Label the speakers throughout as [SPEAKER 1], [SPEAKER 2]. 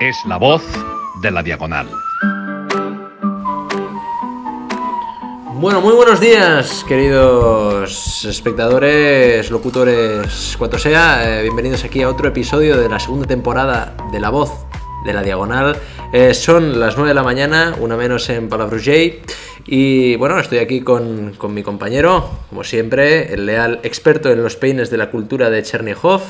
[SPEAKER 1] es la voz de la diagonal.
[SPEAKER 2] Bueno, muy buenos días, queridos espectadores, locutores, cuanto sea. Eh, bienvenidos aquí a otro episodio de la segunda temporada de La Voz de la Diagonal. Eh, son las 9 de la mañana, una menos en Palafrugell. Y bueno, estoy aquí con, con mi compañero, como siempre, el leal experto en los peines de la cultura de Chernihiv,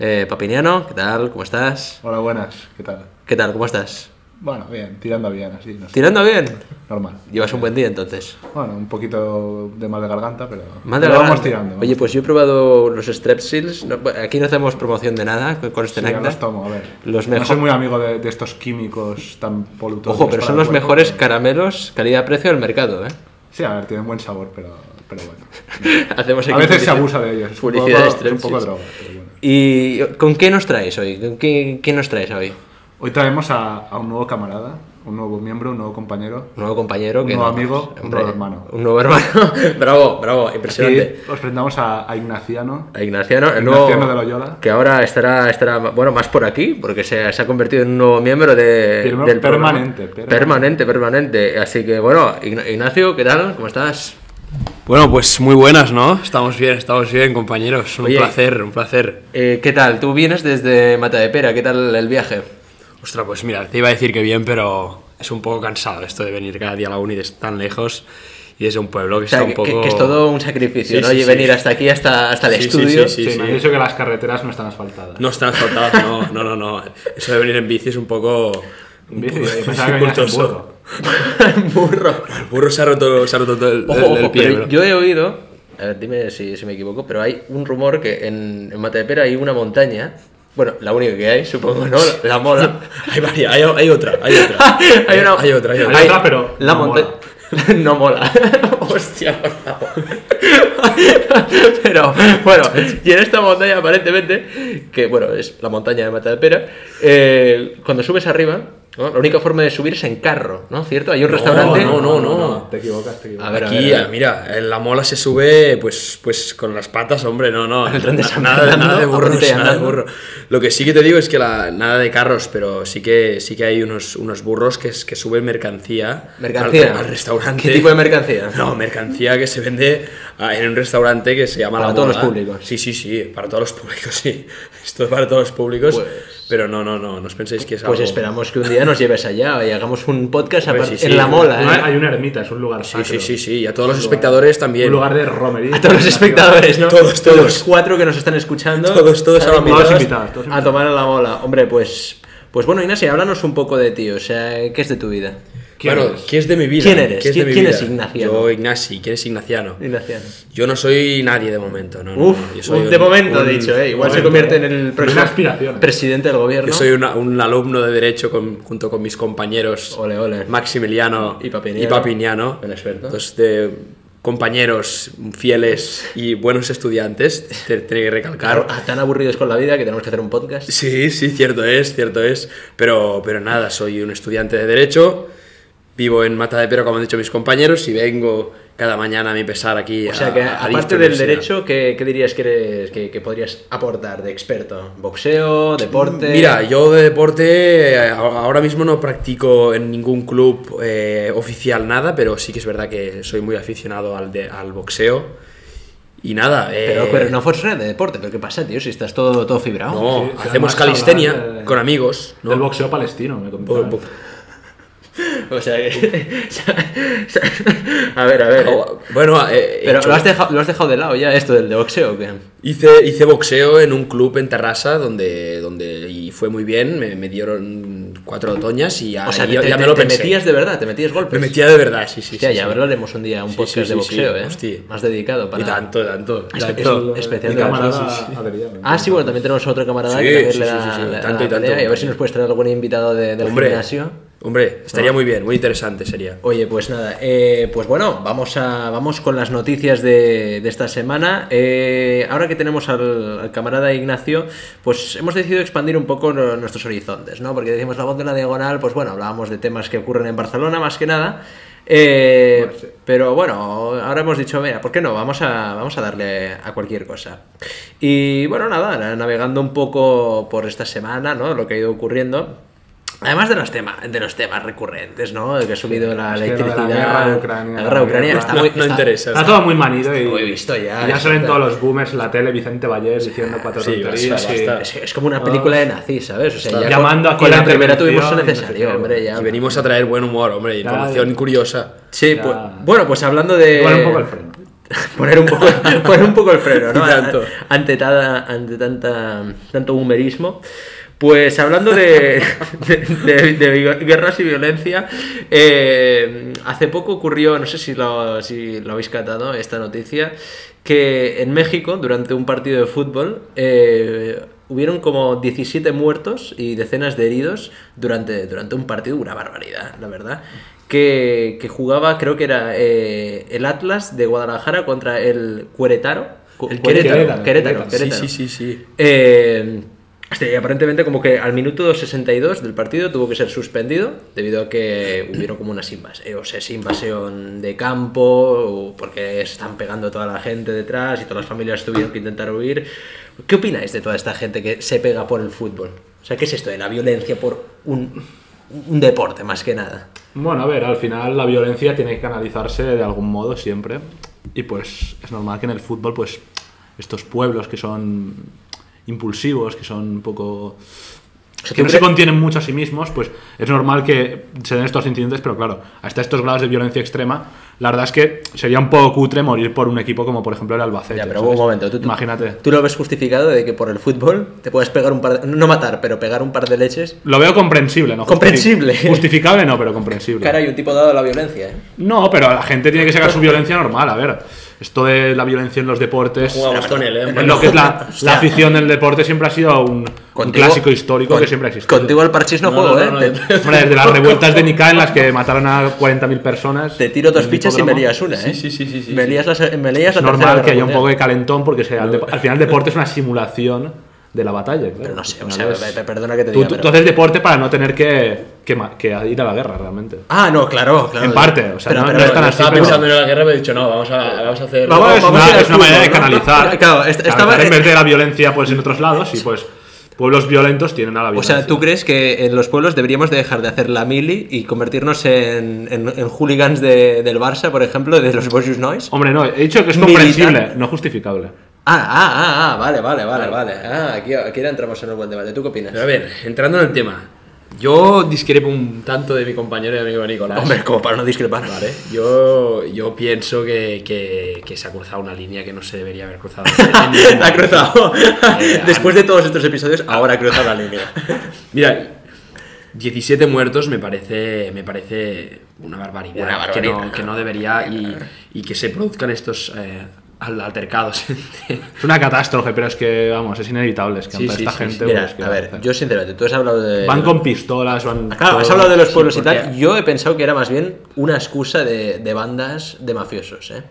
[SPEAKER 2] eh, Papiniano. ¿Qué tal? ¿Cómo estás?
[SPEAKER 3] Hola, buenas, ¿qué tal?
[SPEAKER 2] ¿Qué tal? ¿Cómo estás?
[SPEAKER 3] Bueno, bien, tirando bien, así, no sé,
[SPEAKER 2] ¿Tirando bien?
[SPEAKER 3] normal.
[SPEAKER 2] Llevas un buen día entonces.
[SPEAKER 3] Bueno, un poquito de mal de garganta, pero
[SPEAKER 2] Mal de
[SPEAKER 3] pero
[SPEAKER 2] la
[SPEAKER 3] vamos
[SPEAKER 2] granja.
[SPEAKER 3] tirando. vamos.
[SPEAKER 2] Oye, pues yo he probado los Strepsils. no- bueno, aquí no hacemos promoción de nada con este
[SPEAKER 3] Sí, ya los tomo, a ver.
[SPEAKER 2] Los
[SPEAKER 3] No
[SPEAKER 2] mejor-
[SPEAKER 3] soy muy amigo de, de estos químicos tan polutos.
[SPEAKER 2] Ojo, pero son los mejores caramelos calidad-precio del mercado, ¿eh?
[SPEAKER 3] Sí, a ver, tienen buen sabor, pero, pero bueno.
[SPEAKER 2] Hacemos
[SPEAKER 3] A
[SPEAKER 2] aquí
[SPEAKER 3] veces se
[SPEAKER 2] publicidad-
[SPEAKER 3] abusa de ellos. es un
[SPEAKER 2] Publicidad de
[SPEAKER 3] poco- es un poco
[SPEAKER 2] Strepsils.
[SPEAKER 3] droga, pero bueno.
[SPEAKER 2] ¿Y con qué nos traes hoy? ¿Con qué, qué nos traes hoy?
[SPEAKER 3] Hoy traemos a, a un nuevo camarada, un nuevo miembro, un nuevo compañero.
[SPEAKER 2] Un nuevo compañero.
[SPEAKER 3] Un
[SPEAKER 2] que
[SPEAKER 3] nuevo
[SPEAKER 2] no-
[SPEAKER 3] amigo, un
[SPEAKER 2] hombre,
[SPEAKER 3] nuevo hermano.
[SPEAKER 2] Un nuevo hermano. bravo, bravo, impresionante.
[SPEAKER 3] Y os presentamos a, a Ignaciano.
[SPEAKER 2] A Ignaciano, el nuevo,
[SPEAKER 3] Ignaciano de Loyola.
[SPEAKER 2] que ahora estará, estará, bueno, más por aquí, porque se, se ha convertido en un nuevo miembro de,
[SPEAKER 3] Pero
[SPEAKER 2] del programa.
[SPEAKER 3] permanente,
[SPEAKER 2] permanente,
[SPEAKER 3] permanente.
[SPEAKER 2] permanente. Así que, bueno, Ign- Ignacio, ¿qué tal? ¿Cómo estás?
[SPEAKER 4] Bueno, pues muy buenas, ¿no? Estamos bien, estamos bien, compañeros. Un
[SPEAKER 2] Oye.
[SPEAKER 4] placer, un placer.
[SPEAKER 2] Eh, ¿Qué tal? Tú vienes desde Mata de Pera, ¿qué tal el viaje?
[SPEAKER 4] Ostras, pues mira, te iba a decir que bien, pero es un poco cansado esto de venir cada día a la uni desde tan lejos y desde un pueblo que
[SPEAKER 2] O sea,
[SPEAKER 4] está un
[SPEAKER 2] que,
[SPEAKER 4] poco...
[SPEAKER 2] que- que es todo un sacrificio,
[SPEAKER 4] Sí,
[SPEAKER 2] ¿no?
[SPEAKER 4] sí,
[SPEAKER 2] Y
[SPEAKER 4] sí.
[SPEAKER 2] venir hasta aquí, hasta, hasta el
[SPEAKER 4] Sí, sí,
[SPEAKER 2] estudio.
[SPEAKER 4] Sí, sí.
[SPEAKER 3] me han dicho que las carreteras no están asfaltadas.
[SPEAKER 4] No están faltados, no, no, no, no. Eso de venir en bici es un poco...
[SPEAKER 3] En bici, eh, pensaba que venías en
[SPEAKER 4] dificultoso.
[SPEAKER 3] burro.
[SPEAKER 2] Burro.
[SPEAKER 4] El burro se ha roto, se ha roto todo el,
[SPEAKER 2] Ojo,
[SPEAKER 4] el-
[SPEAKER 2] ojo,
[SPEAKER 4] el pie.
[SPEAKER 2] pero
[SPEAKER 4] bro.
[SPEAKER 2] yo he oído, a ver, dime si, si me equivoco, pero hay un rumor que en, en Mata de Pera hay una montaña, bueno, la única que hay, supongo, ¿no? La, la mola.
[SPEAKER 4] Hay, varias, hay, hay otra, hay otra.
[SPEAKER 2] Eh, hay una...
[SPEAKER 4] Hay otra, hay otra.
[SPEAKER 3] Hay otra, pero
[SPEAKER 2] La
[SPEAKER 3] no
[SPEAKER 2] montaña...
[SPEAKER 3] mola.
[SPEAKER 2] no mola. Hostia, por favor. pero, bueno, y en esta montaña aparentemente, que bueno, es la montaña de Mata de Pera, eh, cuando subes arriba, ¿no? la única forma de subir es en carro, ¿no? ¿Cierto? Hay un restaurante...
[SPEAKER 4] no, no, no.
[SPEAKER 3] Te equivocas, te equivocas.
[SPEAKER 2] A ver, a ver,
[SPEAKER 4] Aquí,
[SPEAKER 2] a ver.
[SPEAKER 4] mira, en la mola se sube pues, pues con las patas, hombre, no, no.
[SPEAKER 2] El tren de
[SPEAKER 4] na-
[SPEAKER 2] San
[SPEAKER 4] nada,
[SPEAKER 2] Fernando,
[SPEAKER 4] nada de burros,
[SPEAKER 2] aparte de
[SPEAKER 4] nada de
[SPEAKER 2] andando.
[SPEAKER 4] burro. Lo que sí que te digo es que la, nada de carros, pero sí que sí que hay unos, unos burros que, es- que suben mercancía,
[SPEAKER 2] Mercancía.
[SPEAKER 4] Al, al restaurante.
[SPEAKER 2] ¿Qué tipo de mercancía?
[SPEAKER 4] No, mercancía que se vende ah, en un restaurante que se llama
[SPEAKER 2] Para
[SPEAKER 4] La
[SPEAKER 2] todos
[SPEAKER 4] Mola.
[SPEAKER 2] los públicos.
[SPEAKER 4] Sí, sí, sí, para todos los públicos, sí. Esto es para todos los públicos.
[SPEAKER 2] Pues-
[SPEAKER 4] Pero no, no, no, no os penséis que es
[SPEAKER 2] Pues
[SPEAKER 4] algo...
[SPEAKER 2] esperamos que un día nos lleves allá y hagamos un podcast
[SPEAKER 4] Hombre,
[SPEAKER 2] aparte-
[SPEAKER 4] sí, sí.
[SPEAKER 2] en la mola.
[SPEAKER 3] No,
[SPEAKER 2] ¿eh?
[SPEAKER 3] Hay una ermita, es un lugar
[SPEAKER 4] Sí,
[SPEAKER 2] Ah,
[SPEAKER 3] sacro.
[SPEAKER 4] sí, sí, sí, y a todos los espectadores también.
[SPEAKER 3] Un lugar de romería.
[SPEAKER 2] A todos los espectadores, ¿no?
[SPEAKER 4] Todos, todos.
[SPEAKER 2] Los cuatro que nos están escuchando.
[SPEAKER 4] Todos, todos
[SPEAKER 2] están
[SPEAKER 4] ahora mismo.
[SPEAKER 2] invitados
[SPEAKER 3] Todos invitados, todos
[SPEAKER 2] A
[SPEAKER 3] invitados.
[SPEAKER 2] tomar a la mola. Hombre, pues. Pues bueno, Ignacio, háblanos un poco de ti. O sea, ¿qué es de tu vida?
[SPEAKER 3] ¿Quién
[SPEAKER 4] bueno,
[SPEAKER 3] eres?
[SPEAKER 4] ¿qué es de mi vida?
[SPEAKER 2] ¿Quién eres?
[SPEAKER 4] ¿Qué
[SPEAKER 2] ¿Quién-
[SPEAKER 4] de mi
[SPEAKER 2] quién
[SPEAKER 4] vida?
[SPEAKER 2] es Ignaciano?
[SPEAKER 4] Yo, Ignasi. ¿Quién es Ignaciano?
[SPEAKER 2] Ignacio.
[SPEAKER 4] Yo no soy nadie de momento, no. no,
[SPEAKER 2] Uf,
[SPEAKER 4] no, yo soy
[SPEAKER 2] de
[SPEAKER 4] un-
[SPEAKER 2] momento,
[SPEAKER 4] un-
[SPEAKER 2] he dicho, ¿eh? Igual se
[SPEAKER 3] momento.
[SPEAKER 2] convierte en el próximo
[SPEAKER 3] Una aspiración.
[SPEAKER 2] presidente del gobierno.
[SPEAKER 4] Yo soy una- un alumno de Derecho con- junto con mis compañeros
[SPEAKER 2] Ole, ole.
[SPEAKER 4] Maximiliano
[SPEAKER 2] Y Papiniano.
[SPEAKER 4] Papiniano,
[SPEAKER 2] Buen experto.
[SPEAKER 4] Dos de compañeros fieles y buenos estudiantes, te, te que recalcar.
[SPEAKER 2] Ah, Tan aburridos con la vida que tenemos que hacer un podcast.
[SPEAKER 4] Sí, sí, cierto es, cierto es. Pero, pero nada, soy un estudiante de Derecho, vivo en Mata de Pero, como han dicho mis compañeros, y vengo cada mañana a mi pesar aquí.
[SPEAKER 2] O sea que, aparte del derecho, ¿qué, qué dirías que, eres- que, que podrías aportar de experto? ¿Boxeo? ¿Deporte?
[SPEAKER 4] Mira, yo de deporte eh, a- ahora mismo no practico en ningún club eh, oficial nada, pero sí que es verdad que soy muy aficionado al, de- al boxeo. Y nada, eh,
[SPEAKER 2] Pero, pero no fuerza de deporte, pero ¿qué pasa, tío? Si estás todo, todo fibrado.
[SPEAKER 4] no,
[SPEAKER 3] Sí,
[SPEAKER 4] hacemos
[SPEAKER 3] se llama-
[SPEAKER 4] calistenia
[SPEAKER 3] hablar de-
[SPEAKER 4] con amigos. ¿no? Pues,
[SPEAKER 3] Del boxeo palestino, me comentaban.
[SPEAKER 4] Bo- bo-
[SPEAKER 2] O sea que. a ver, a ver.
[SPEAKER 4] Ah, Bueno, eh, he
[SPEAKER 2] Pero
[SPEAKER 4] hecho-
[SPEAKER 2] ¿lo has, dejado, lo has dejado de lado ya esto del de boxeo, o ¿qué?
[SPEAKER 4] hice, hice boxeo en un club en Terrassa donde, donde y fue muy bien, me, me dieron cuatro otoñas y ya,
[SPEAKER 2] O sea,
[SPEAKER 4] ya-
[SPEAKER 2] te,
[SPEAKER 4] ya
[SPEAKER 2] te-
[SPEAKER 4] me lo
[SPEAKER 2] te
[SPEAKER 4] pensé.
[SPEAKER 2] metías de verdad, te metías golpes.
[SPEAKER 4] Me metía de verdad, sí, sí.
[SPEAKER 2] Hostia,
[SPEAKER 4] sí,
[SPEAKER 2] ya
[SPEAKER 4] sí.
[SPEAKER 2] hablaremos un día un
[SPEAKER 4] Sí,
[SPEAKER 2] podcast
[SPEAKER 4] sí, sí,
[SPEAKER 2] de boxeo,
[SPEAKER 4] sí,
[SPEAKER 2] ¿eh?
[SPEAKER 4] hostia.
[SPEAKER 2] Más dedicado para.
[SPEAKER 4] Y tanto, tanto.
[SPEAKER 2] Es- es-
[SPEAKER 4] tanto.
[SPEAKER 2] especial
[SPEAKER 3] Mi
[SPEAKER 2] de
[SPEAKER 3] camarada
[SPEAKER 2] boxeo, sí, sí.
[SPEAKER 3] Adrián, me
[SPEAKER 2] Ah, sí,
[SPEAKER 3] encanta.
[SPEAKER 2] bueno, también tenemos otro camarada
[SPEAKER 4] Sí,
[SPEAKER 2] que también
[SPEAKER 4] sí,
[SPEAKER 2] le
[SPEAKER 4] sí,
[SPEAKER 2] da-
[SPEAKER 4] sí, sí,
[SPEAKER 2] le da
[SPEAKER 4] tanto y
[SPEAKER 2] pelea,
[SPEAKER 4] tanto.
[SPEAKER 2] y a ver si nos puedes traer algún invitado de, del
[SPEAKER 4] Hombre,
[SPEAKER 2] gimnasio.
[SPEAKER 4] hombre, estaría muy bien, muy interesante sería.
[SPEAKER 2] Oye, pues nada, eh, pues bueno, vamos a vamos con las noticias de, de esta semana. Eh, ahora que tenemos al, al camarada Ignacio, pues hemos decidido expandir un poco no- nuestros horizontes, ¿no? Porque decimos la voz de la diagonal, pues bueno, hablábamos de temas que ocurren en Barcelona más que nada. Eh, Pero bueno, ahora hemos dicho, mira, ¿por qué no? Vamos a, vamos a darle a cualquier cosa. Y bueno, nada, navegando un poco por esta semana, ¿no? Lo que ha ido ocurriendo. Además de los, temas de los temas recurrentes, ¿no? Que ha subido la
[SPEAKER 3] Es que lo de la
[SPEAKER 2] electricidad.
[SPEAKER 3] guerra de Ucrania,
[SPEAKER 2] la guerra de Ucrania
[SPEAKER 3] la
[SPEAKER 2] está
[SPEAKER 3] guerra-
[SPEAKER 2] muy.
[SPEAKER 4] No
[SPEAKER 2] está-
[SPEAKER 4] interesa.
[SPEAKER 3] Está todo muy manido y.
[SPEAKER 2] Lo he visto ya,
[SPEAKER 3] y Ya
[SPEAKER 2] eso
[SPEAKER 3] salen
[SPEAKER 2] está.
[SPEAKER 3] todos los boomers, la tele, Vicente Vallés diciendo cuatro
[SPEAKER 4] sí,
[SPEAKER 3] tonterías
[SPEAKER 4] basta,
[SPEAKER 3] y-
[SPEAKER 4] basta.
[SPEAKER 2] Es, es como una película de nazis, ¿sabes? O sea, ya con-
[SPEAKER 3] Llamando aquí
[SPEAKER 2] con
[SPEAKER 3] la
[SPEAKER 2] la primera
[SPEAKER 3] intervención
[SPEAKER 2] tuvimos lo
[SPEAKER 3] y no sé
[SPEAKER 2] necesario,
[SPEAKER 3] qué.
[SPEAKER 2] hombre. Ya.
[SPEAKER 4] Y venimos a traer buen humor, hombre, información curiosa.
[SPEAKER 2] Sí,
[SPEAKER 3] Ya.
[SPEAKER 2] pues, bueno, pues hablando de.
[SPEAKER 4] Eh,
[SPEAKER 3] Igual un poco el freno.
[SPEAKER 2] poner un poco, poner un poco el freno, ¿no?
[SPEAKER 4] Y tanto.
[SPEAKER 2] Ante, tada- ante tanta, tanto humorismo. Pues hablando de, de, de- de vi- guerras y violencia, eh, hace poco ocurrió, no sé si lo, si lo habéis catado, esta noticia, que en México, durante un partido de fútbol, eh, hubieron como 17 muertos y decenas de heridos durante, durante un partido, una barbaridad, la verdad que, que jugaba, creo que era eh, el Atlas de Guadalajara contra el Querétaro. Cu-
[SPEAKER 4] El
[SPEAKER 2] Querétaro.
[SPEAKER 3] Querétaro,
[SPEAKER 2] Querétaro,
[SPEAKER 3] Querétaro.
[SPEAKER 4] Sí,
[SPEAKER 2] Querétaro.
[SPEAKER 4] sí, sí, sí.
[SPEAKER 2] Eh, este, y aparentemente como que al minuto 62 del partido tuvo que ser suspendido debido a que hubieron como unas invasiones, eh, o sea, es invasión de campo, o porque están pegando toda la gente detrás y todas las familias tuvieron que intentar huir. ¿Qué opináis de toda esta gente que se pega por el fútbol? O sea, ¿qué es esto de la violencia por un, un deporte más que nada?
[SPEAKER 3] Bueno, a ver, al final la violencia tiene que canalizarse de algún modo siempre. Y pues es normal que en el fútbol, pues estos pueblos que son impulsivos, que son un poco.
[SPEAKER 2] sea,
[SPEAKER 3] que
[SPEAKER 2] ¿tú
[SPEAKER 3] no se
[SPEAKER 2] cre-
[SPEAKER 3] contienen mucho a sí mismos, pues es normal que se den estos incidentes, pero claro, hasta estos grados de violencia extrema, la verdad es que sería un poco cutre morir por un equipo como por ejemplo el Albacete.
[SPEAKER 2] Ya, pero
[SPEAKER 3] ¿sabes?
[SPEAKER 2] un momento, tú, tú-
[SPEAKER 3] Imagínate.
[SPEAKER 2] ¿Tú lo ves justificado de que por el fútbol te puedes pegar un par de, no matar, pero pegar un par de leches?
[SPEAKER 3] Lo veo comprensible, ¿no? Justific-
[SPEAKER 2] Comprensible.
[SPEAKER 3] Justificable no, pero comprensible.
[SPEAKER 2] Caray, un tipo dado a la violencia, ¿eh?
[SPEAKER 3] No, pero la gente tiene que sacar su violencia normal. A ver, esto de la violencia en los deportes.
[SPEAKER 4] Jugamos con él,
[SPEAKER 3] en
[SPEAKER 4] ¿eh?
[SPEAKER 3] lo que es la, la afición del deporte siempre ha sido un, un
[SPEAKER 2] Contigo-
[SPEAKER 3] clásico histórico
[SPEAKER 2] con-
[SPEAKER 3] que siempre ha existido.
[SPEAKER 2] Contigo al parchís no,
[SPEAKER 4] No,
[SPEAKER 2] juego,
[SPEAKER 4] no,
[SPEAKER 2] ¿eh?
[SPEAKER 4] no,
[SPEAKER 2] te,
[SPEAKER 4] no,
[SPEAKER 3] Hombre, desde las revueltas de Nica en las que mataron a 40.000 personas.
[SPEAKER 2] te tiro dos
[SPEAKER 3] en el
[SPEAKER 2] fichas y me
[SPEAKER 3] hipódromo.
[SPEAKER 2] lías una,
[SPEAKER 4] Sí,
[SPEAKER 2] ¿eh?
[SPEAKER 4] sí, sí, sí, sí,
[SPEAKER 2] me
[SPEAKER 4] sí.
[SPEAKER 2] lías la, se- me lías
[SPEAKER 3] Es
[SPEAKER 2] la
[SPEAKER 3] normal
[SPEAKER 2] tercera
[SPEAKER 3] que haya
[SPEAKER 2] guerra
[SPEAKER 3] un poco
[SPEAKER 2] mundial.
[SPEAKER 3] de calentón porque se- al, dep- al final el deporte es una simulación de la batalla. claro.
[SPEAKER 2] Pero no sé,
[SPEAKER 3] Al
[SPEAKER 2] o sea,
[SPEAKER 3] final es-
[SPEAKER 2] pe- perdona que te
[SPEAKER 3] Tú,
[SPEAKER 2] diga,
[SPEAKER 3] tú-
[SPEAKER 2] pero-
[SPEAKER 3] tú haces deporte para no tener que, que ma- que ir a la guerra realmente.
[SPEAKER 2] Ah, no, claro, claro.
[SPEAKER 3] En parte, o sea,
[SPEAKER 2] Pero-
[SPEAKER 3] no-
[SPEAKER 2] pero-
[SPEAKER 3] no es tan
[SPEAKER 4] Yo
[SPEAKER 3] así,
[SPEAKER 4] estaba
[SPEAKER 3] pero-
[SPEAKER 4] pensando en la guerra, pero he dicho, no, vamos a, vamos a hacer.
[SPEAKER 3] Vamos,
[SPEAKER 2] Vamos, vamos a
[SPEAKER 3] es,
[SPEAKER 2] ir
[SPEAKER 3] una,
[SPEAKER 2] al
[SPEAKER 3] es una manera de
[SPEAKER 2] fútbol, ¿no?
[SPEAKER 3] canalizar.
[SPEAKER 2] Claro, est-
[SPEAKER 3] Canalizar
[SPEAKER 2] estaba-
[SPEAKER 3] en vez de la violencia pues en otros lados y pues pueblos violentos tienen a la
[SPEAKER 2] O
[SPEAKER 3] violencia.
[SPEAKER 2] sea, ¿tú crees que en los pueblos deberíamos de dejar de hacer la mili y convertirnos en, en- en hooligans de- del Barça, por ejemplo, de los Bossius Noise?
[SPEAKER 3] Hombre, no, he dicho que es
[SPEAKER 2] Militar.
[SPEAKER 3] comprensible, no justificable.
[SPEAKER 2] Ah, ah, ah, ah, vale, vale, vale, vale. Ah, aquí, aquí ahora entramos en un buen debate. ¿Tú qué opinas?
[SPEAKER 4] Pero a ver, entrando en el tema. Yo discrepo un tanto de mi compañero y amigo Nicolás.
[SPEAKER 2] Hombre, como para no discrepar.
[SPEAKER 4] Vale, yo, yo pienso que, que- que se ha cruzado una línea que no se debería haber cruzado.
[SPEAKER 2] ha cruzado.
[SPEAKER 4] Eh,
[SPEAKER 2] Después de todos estos episodios, ahora ha cruzado la línea.
[SPEAKER 4] Mira, 17 muertos me parece, me parece una barbaridad.
[SPEAKER 2] Una barbaridad.
[SPEAKER 4] Que, no, que no debería y, y que se produzcan estos eh, al- altercados. entre-
[SPEAKER 3] Es una catástrofe, pero es que, vamos, es inevitable. Es que
[SPEAKER 4] Sí,
[SPEAKER 3] ante
[SPEAKER 4] sí,
[SPEAKER 3] esta
[SPEAKER 4] sí, sí.
[SPEAKER 3] gente
[SPEAKER 2] Mira,
[SPEAKER 3] pues, ¿qué
[SPEAKER 2] a
[SPEAKER 3] va
[SPEAKER 2] ver,
[SPEAKER 3] hacer?
[SPEAKER 2] yo sinceramente, tú has hablado de.
[SPEAKER 3] van con pistolas, van...
[SPEAKER 4] Ah,
[SPEAKER 2] Ah, Claro, has
[SPEAKER 3] todo-
[SPEAKER 2] hablado de los pueblos
[SPEAKER 4] Sí,
[SPEAKER 2] y tal.
[SPEAKER 4] porque-
[SPEAKER 2] Yo he pensado que era más bien una excusa de, de bandas de mafiosos, ¿eh?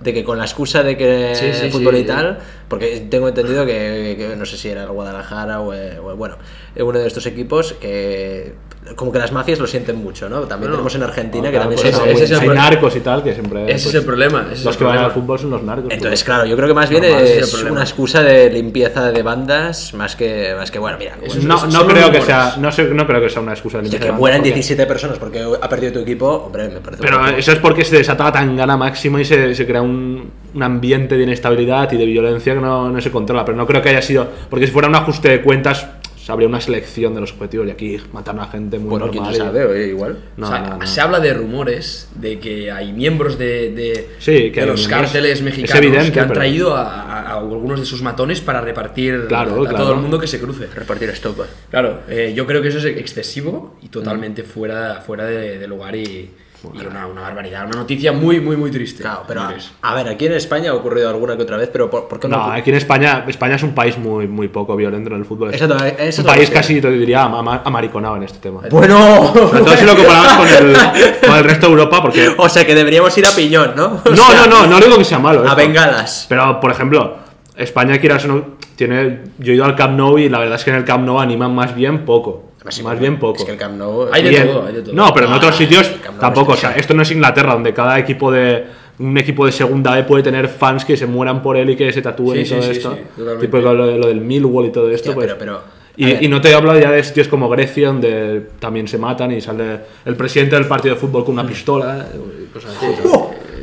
[SPEAKER 2] De que con la excusa de que
[SPEAKER 4] Sí, sí,
[SPEAKER 2] fútbol y
[SPEAKER 4] sí.
[SPEAKER 2] tal, porque tengo entendido que, que no sé si era el Guadalajara o, eh, o, bueno, eh, uno de estos equipos que como que las mafias lo sienten mucho, ¿no? También
[SPEAKER 4] Bueno,
[SPEAKER 2] tenemos en Argentina
[SPEAKER 3] Claro,
[SPEAKER 2] que también
[SPEAKER 4] pues
[SPEAKER 2] se
[SPEAKER 4] ese-
[SPEAKER 3] hay-
[SPEAKER 4] ese es el
[SPEAKER 3] hay
[SPEAKER 4] problema.
[SPEAKER 3] narcos y tal que siempre... pues,
[SPEAKER 4] Ese es el problema, ese es
[SPEAKER 3] los
[SPEAKER 4] el
[SPEAKER 3] que van al
[SPEAKER 4] problema.
[SPEAKER 3] fútbol son los narcos.
[SPEAKER 2] Entonces,
[SPEAKER 3] pues.
[SPEAKER 2] claro, yo creo que más bien
[SPEAKER 4] Normal, ese es el
[SPEAKER 2] es
[SPEAKER 4] problema.
[SPEAKER 2] una excusa de limpieza de bandas más que, más que bueno, mira, bueno,
[SPEAKER 3] No,
[SPEAKER 4] son-
[SPEAKER 3] no
[SPEAKER 4] pues, son
[SPEAKER 3] creo que
[SPEAKER 4] rumores.
[SPEAKER 3] sea, no, sé- no creo que sea una excusa de
[SPEAKER 2] ya que
[SPEAKER 3] limpieza,
[SPEAKER 2] mueran
[SPEAKER 3] porque-
[SPEAKER 2] 17 personas porque ha perdido tu equipo, hombre, me parece
[SPEAKER 3] Pero
[SPEAKER 2] un poco-
[SPEAKER 3] eso es porque se desata la tangana máxima y se, se crea un, un ambiente de inestabilidad y de violencia que no, no se controla. Pero no creo que haya sido. Porque si fuera un ajuste de cuentas, se habría una selección de los objetivos y aquí matan a gente muy
[SPEAKER 2] bueno, quién
[SPEAKER 3] normal. y-
[SPEAKER 2] sabe, oye, igual.
[SPEAKER 3] No,
[SPEAKER 4] O sea,
[SPEAKER 3] no, no.
[SPEAKER 4] Se habla de rumores de que hay miembros de, de-
[SPEAKER 3] Sí, que
[SPEAKER 4] de
[SPEAKER 3] hay
[SPEAKER 4] los
[SPEAKER 3] miembros.
[SPEAKER 4] cárteles
[SPEAKER 3] Es
[SPEAKER 4] mexicanos
[SPEAKER 3] evidente,
[SPEAKER 4] que han
[SPEAKER 3] pero-
[SPEAKER 4] traído a, a- a algunos de sus matones para repartir
[SPEAKER 3] Claro,
[SPEAKER 4] a
[SPEAKER 3] claro.
[SPEAKER 4] todo el mundo que se cruce.
[SPEAKER 2] Repartir pues. estopa.
[SPEAKER 4] Claro, eh, yo creo que eso es excesivo y totalmente
[SPEAKER 2] Mm.
[SPEAKER 4] fuera, fuera de, de lugar y, y una, una barbaridad. Una noticia muy, muy, muy triste.
[SPEAKER 2] Claro, pero a,
[SPEAKER 4] Señores.
[SPEAKER 2] a ver, aquí en España ha ocurrido alguna que otra vez, pero ¿por, por qué no?
[SPEAKER 3] No, aquí en España, España es un país muy, muy poco violento en el fútbol. Es
[SPEAKER 2] Exacto, eso
[SPEAKER 3] un
[SPEAKER 2] es lo
[SPEAKER 3] país
[SPEAKER 2] que-
[SPEAKER 3] casi, te diría, ama- amariconado en este tema.
[SPEAKER 2] Bueno,
[SPEAKER 3] Sobre todo si lo comparamos con el, con el resto de Europa, porque
[SPEAKER 2] o sea que deberíamos ir a piñón, ¿no? O
[SPEAKER 3] No,
[SPEAKER 2] sea,
[SPEAKER 3] no, no, no digo que sea malo.
[SPEAKER 2] A
[SPEAKER 3] esto.
[SPEAKER 2] bengalas.
[SPEAKER 3] Pero, por ejemplo, España, quieras o no, tiene. Yo he ido al Camp Nou y la verdad es que en el Camp Nou animan más bien poco.
[SPEAKER 2] Además,
[SPEAKER 3] más bien poco.
[SPEAKER 2] Es que el Camp Nou.
[SPEAKER 4] Hay de
[SPEAKER 3] Y en-
[SPEAKER 4] todo, hay de todo.
[SPEAKER 3] No, pero en
[SPEAKER 2] Ah,
[SPEAKER 3] otros sitios
[SPEAKER 2] el Camp Nou
[SPEAKER 3] tampoco.
[SPEAKER 2] es
[SPEAKER 3] O sea, esto no es Inglaterra, donde cada equipo de. Un equipo de segunda E puede tener fans que se mueran por él y que se tatúen
[SPEAKER 4] Sí,
[SPEAKER 3] y todo
[SPEAKER 4] sí, sí,
[SPEAKER 3] esto.
[SPEAKER 4] sí, totalmente.
[SPEAKER 3] tipo lo, lo del Millwall y todo esto.
[SPEAKER 2] Hostia,
[SPEAKER 3] pues.
[SPEAKER 2] pero- pero- A
[SPEAKER 3] Y,
[SPEAKER 2] ver.
[SPEAKER 3] y no te he hablado ya de sitios como Grecia, donde también se matan y sale el presidente del partido de fútbol con una pistola. eh, y cosas así, ¿sabes?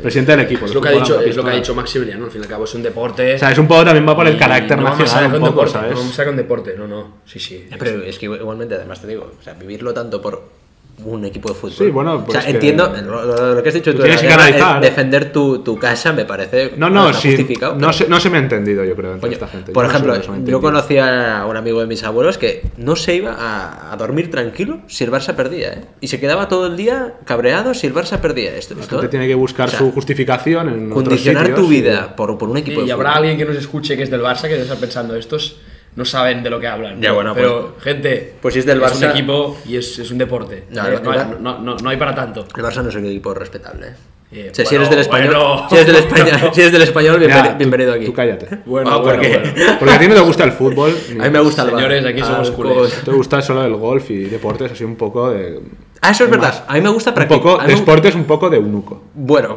[SPEAKER 3] Presidente del equipo.
[SPEAKER 4] Mm. ¡Oh!
[SPEAKER 3] del
[SPEAKER 4] Es lo que ha
[SPEAKER 3] fútbol,
[SPEAKER 4] dicho,
[SPEAKER 3] una
[SPEAKER 4] es lo que ha
[SPEAKER 3] pistola.
[SPEAKER 4] dicho Maximiliano, al fin y al cabo es un deporte.
[SPEAKER 3] O sea, es un poco también va por el
[SPEAKER 4] y
[SPEAKER 3] carácter
[SPEAKER 4] no vamos a
[SPEAKER 3] nacional,
[SPEAKER 4] sacar
[SPEAKER 3] un
[SPEAKER 4] un
[SPEAKER 3] poco,
[SPEAKER 4] deporte,
[SPEAKER 3] ¿sabes?
[SPEAKER 4] No vamos a sacar un deporte, no, no. Sí, sí.
[SPEAKER 2] Pero es que igualmente, además te digo, o sea, vivirlo tanto por un equipo de fútbol.
[SPEAKER 3] Sí, bueno, pues
[SPEAKER 2] o sea,
[SPEAKER 3] que-
[SPEAKER 2] entiendo lo, lo- lo que has dicho
[SPEAKER 3] Tú
[SPEAKER 2] tú,
[SPEAKER 3] tienes
[SPEAKER 2] la
[SPEAKER 3] que
[SPEAKER 2] guerra,
[SPEAKER 3] analizar.
[SPEAKER 2] el defender tu, tu casa me parece
[SPEAKER 3] No, no,
[SPEAKER 2] está
[SPEAKER 3] sí,
[SPEAKER 2] justificado.
[SPEAKER 3] no,
[SPEAKER 2] pero-
[SPEAKER 3] se, no se me ha entendido, yo creo, entre
[SPEAKER 2] Coño,
[SPEAKER 3] esta gente.
[SPEAKER 2] por
[SPEAKER 3] Yo no sé,
[SPEAKER 2] ejemplo,
[SPEAKER 3] no se me ha
[SPEAKER 2] yo
[SPEAKER 3] entendido.
[SPEAKER 2] conocía a un amigo de mis abuelos que no se iba a, a dormir tranquilo si el Barça perdía, ¿eh? Y se quedaba todo el día cabreado si el Barça perdía. Esto,
[SPEAKER 3] La
[SPEAKER 2] esto-
[SPEAKER 3] gente tiene que buscar
[SPEAKER 2] o sea,
[SPEAKER 3] su justificación en otros
[SPEAKER 2] Condicionar
[SPEAKER 3] sitios
[SPEAKER 2] tu
[SPEAKER 3] y-
[SPEAKER 2] vida por, por un
[SPEAKER 4] Sí,
[SPEAKER 2] equipo
[SPEAKER 4] y
[SPEAKER 2] de
[SPEAKER 4] habrá
[SPEAKER 2] fútbol.
[SPEAKER 4] alguien que nos escuche que es del Barça que debe estar pensando, estos no saben de lo que hablan.
[SPEAKER 2] Ya, bueno,
[SPEAKER 4] pero gente,
[SPEAKER 2] pues si es del
[SPEAKER 4] un
[SPEAKER 2] Barça-
[SPEAKER 4] equipo y es, es un deporte.
[SPEAKER 2] No,
[SPEAKER 4] No,
[SPEAKER 2] el-
[SPEAKER 4] no hay-
[SPEAKER 2] el-
[SPEAKER 4] no- no- no hay para tanto.
[SPEAKER 2] El Barça no es un equipo respetable. ¿eh?
[SPEAKER 4] Eh,
[SPEAKER 2] O sea, si
[SPEAKER 4] bueno,
[SPEAKER 2] eres del español,
[SPEAKER 4] bueno.
[SPEAKER 2] si eres del español, si eres del español
[SPEAKER 3] Mira,
[SPEAKER 2] bienveni-
[SPEAKER 3] tú-
[SPEAKER 2] bienvenido aquí.
[SPEAKER 3] Tú cállate.
[SPEAKER 4] Bueno,
[SPEAKER 2] Ah,
[SPEAKER 4] bueno,
[SPEAKER 2] porque-
[SPEAKER 4] bueno.
[SPEAKER 3] Porque a ti no te gusta el fútbol. ni-
[SPEAKER 2] A mí me gusta el bar.
[SPEAKER 4] Señores, aquí somos
[SPEAKER 2] Al-
[SPEAKER 4] culés.
[SPEAKER 3] Te gusta solo el golf y deportes así un poco de...
[SPEAKER 2] Ah, eso es
[SPEAKER 3] Hay
[SPEAKER 2] verdad.
[SPEAKER 3] más.
[SPEAKER 2] A mí me gusta
[SPEAKER 3] Un
[SPEAKER 2] practicar.
[SPEAKER 3] poco, deportes un poco de eunuco.
[SPEAKER 2] Bueno.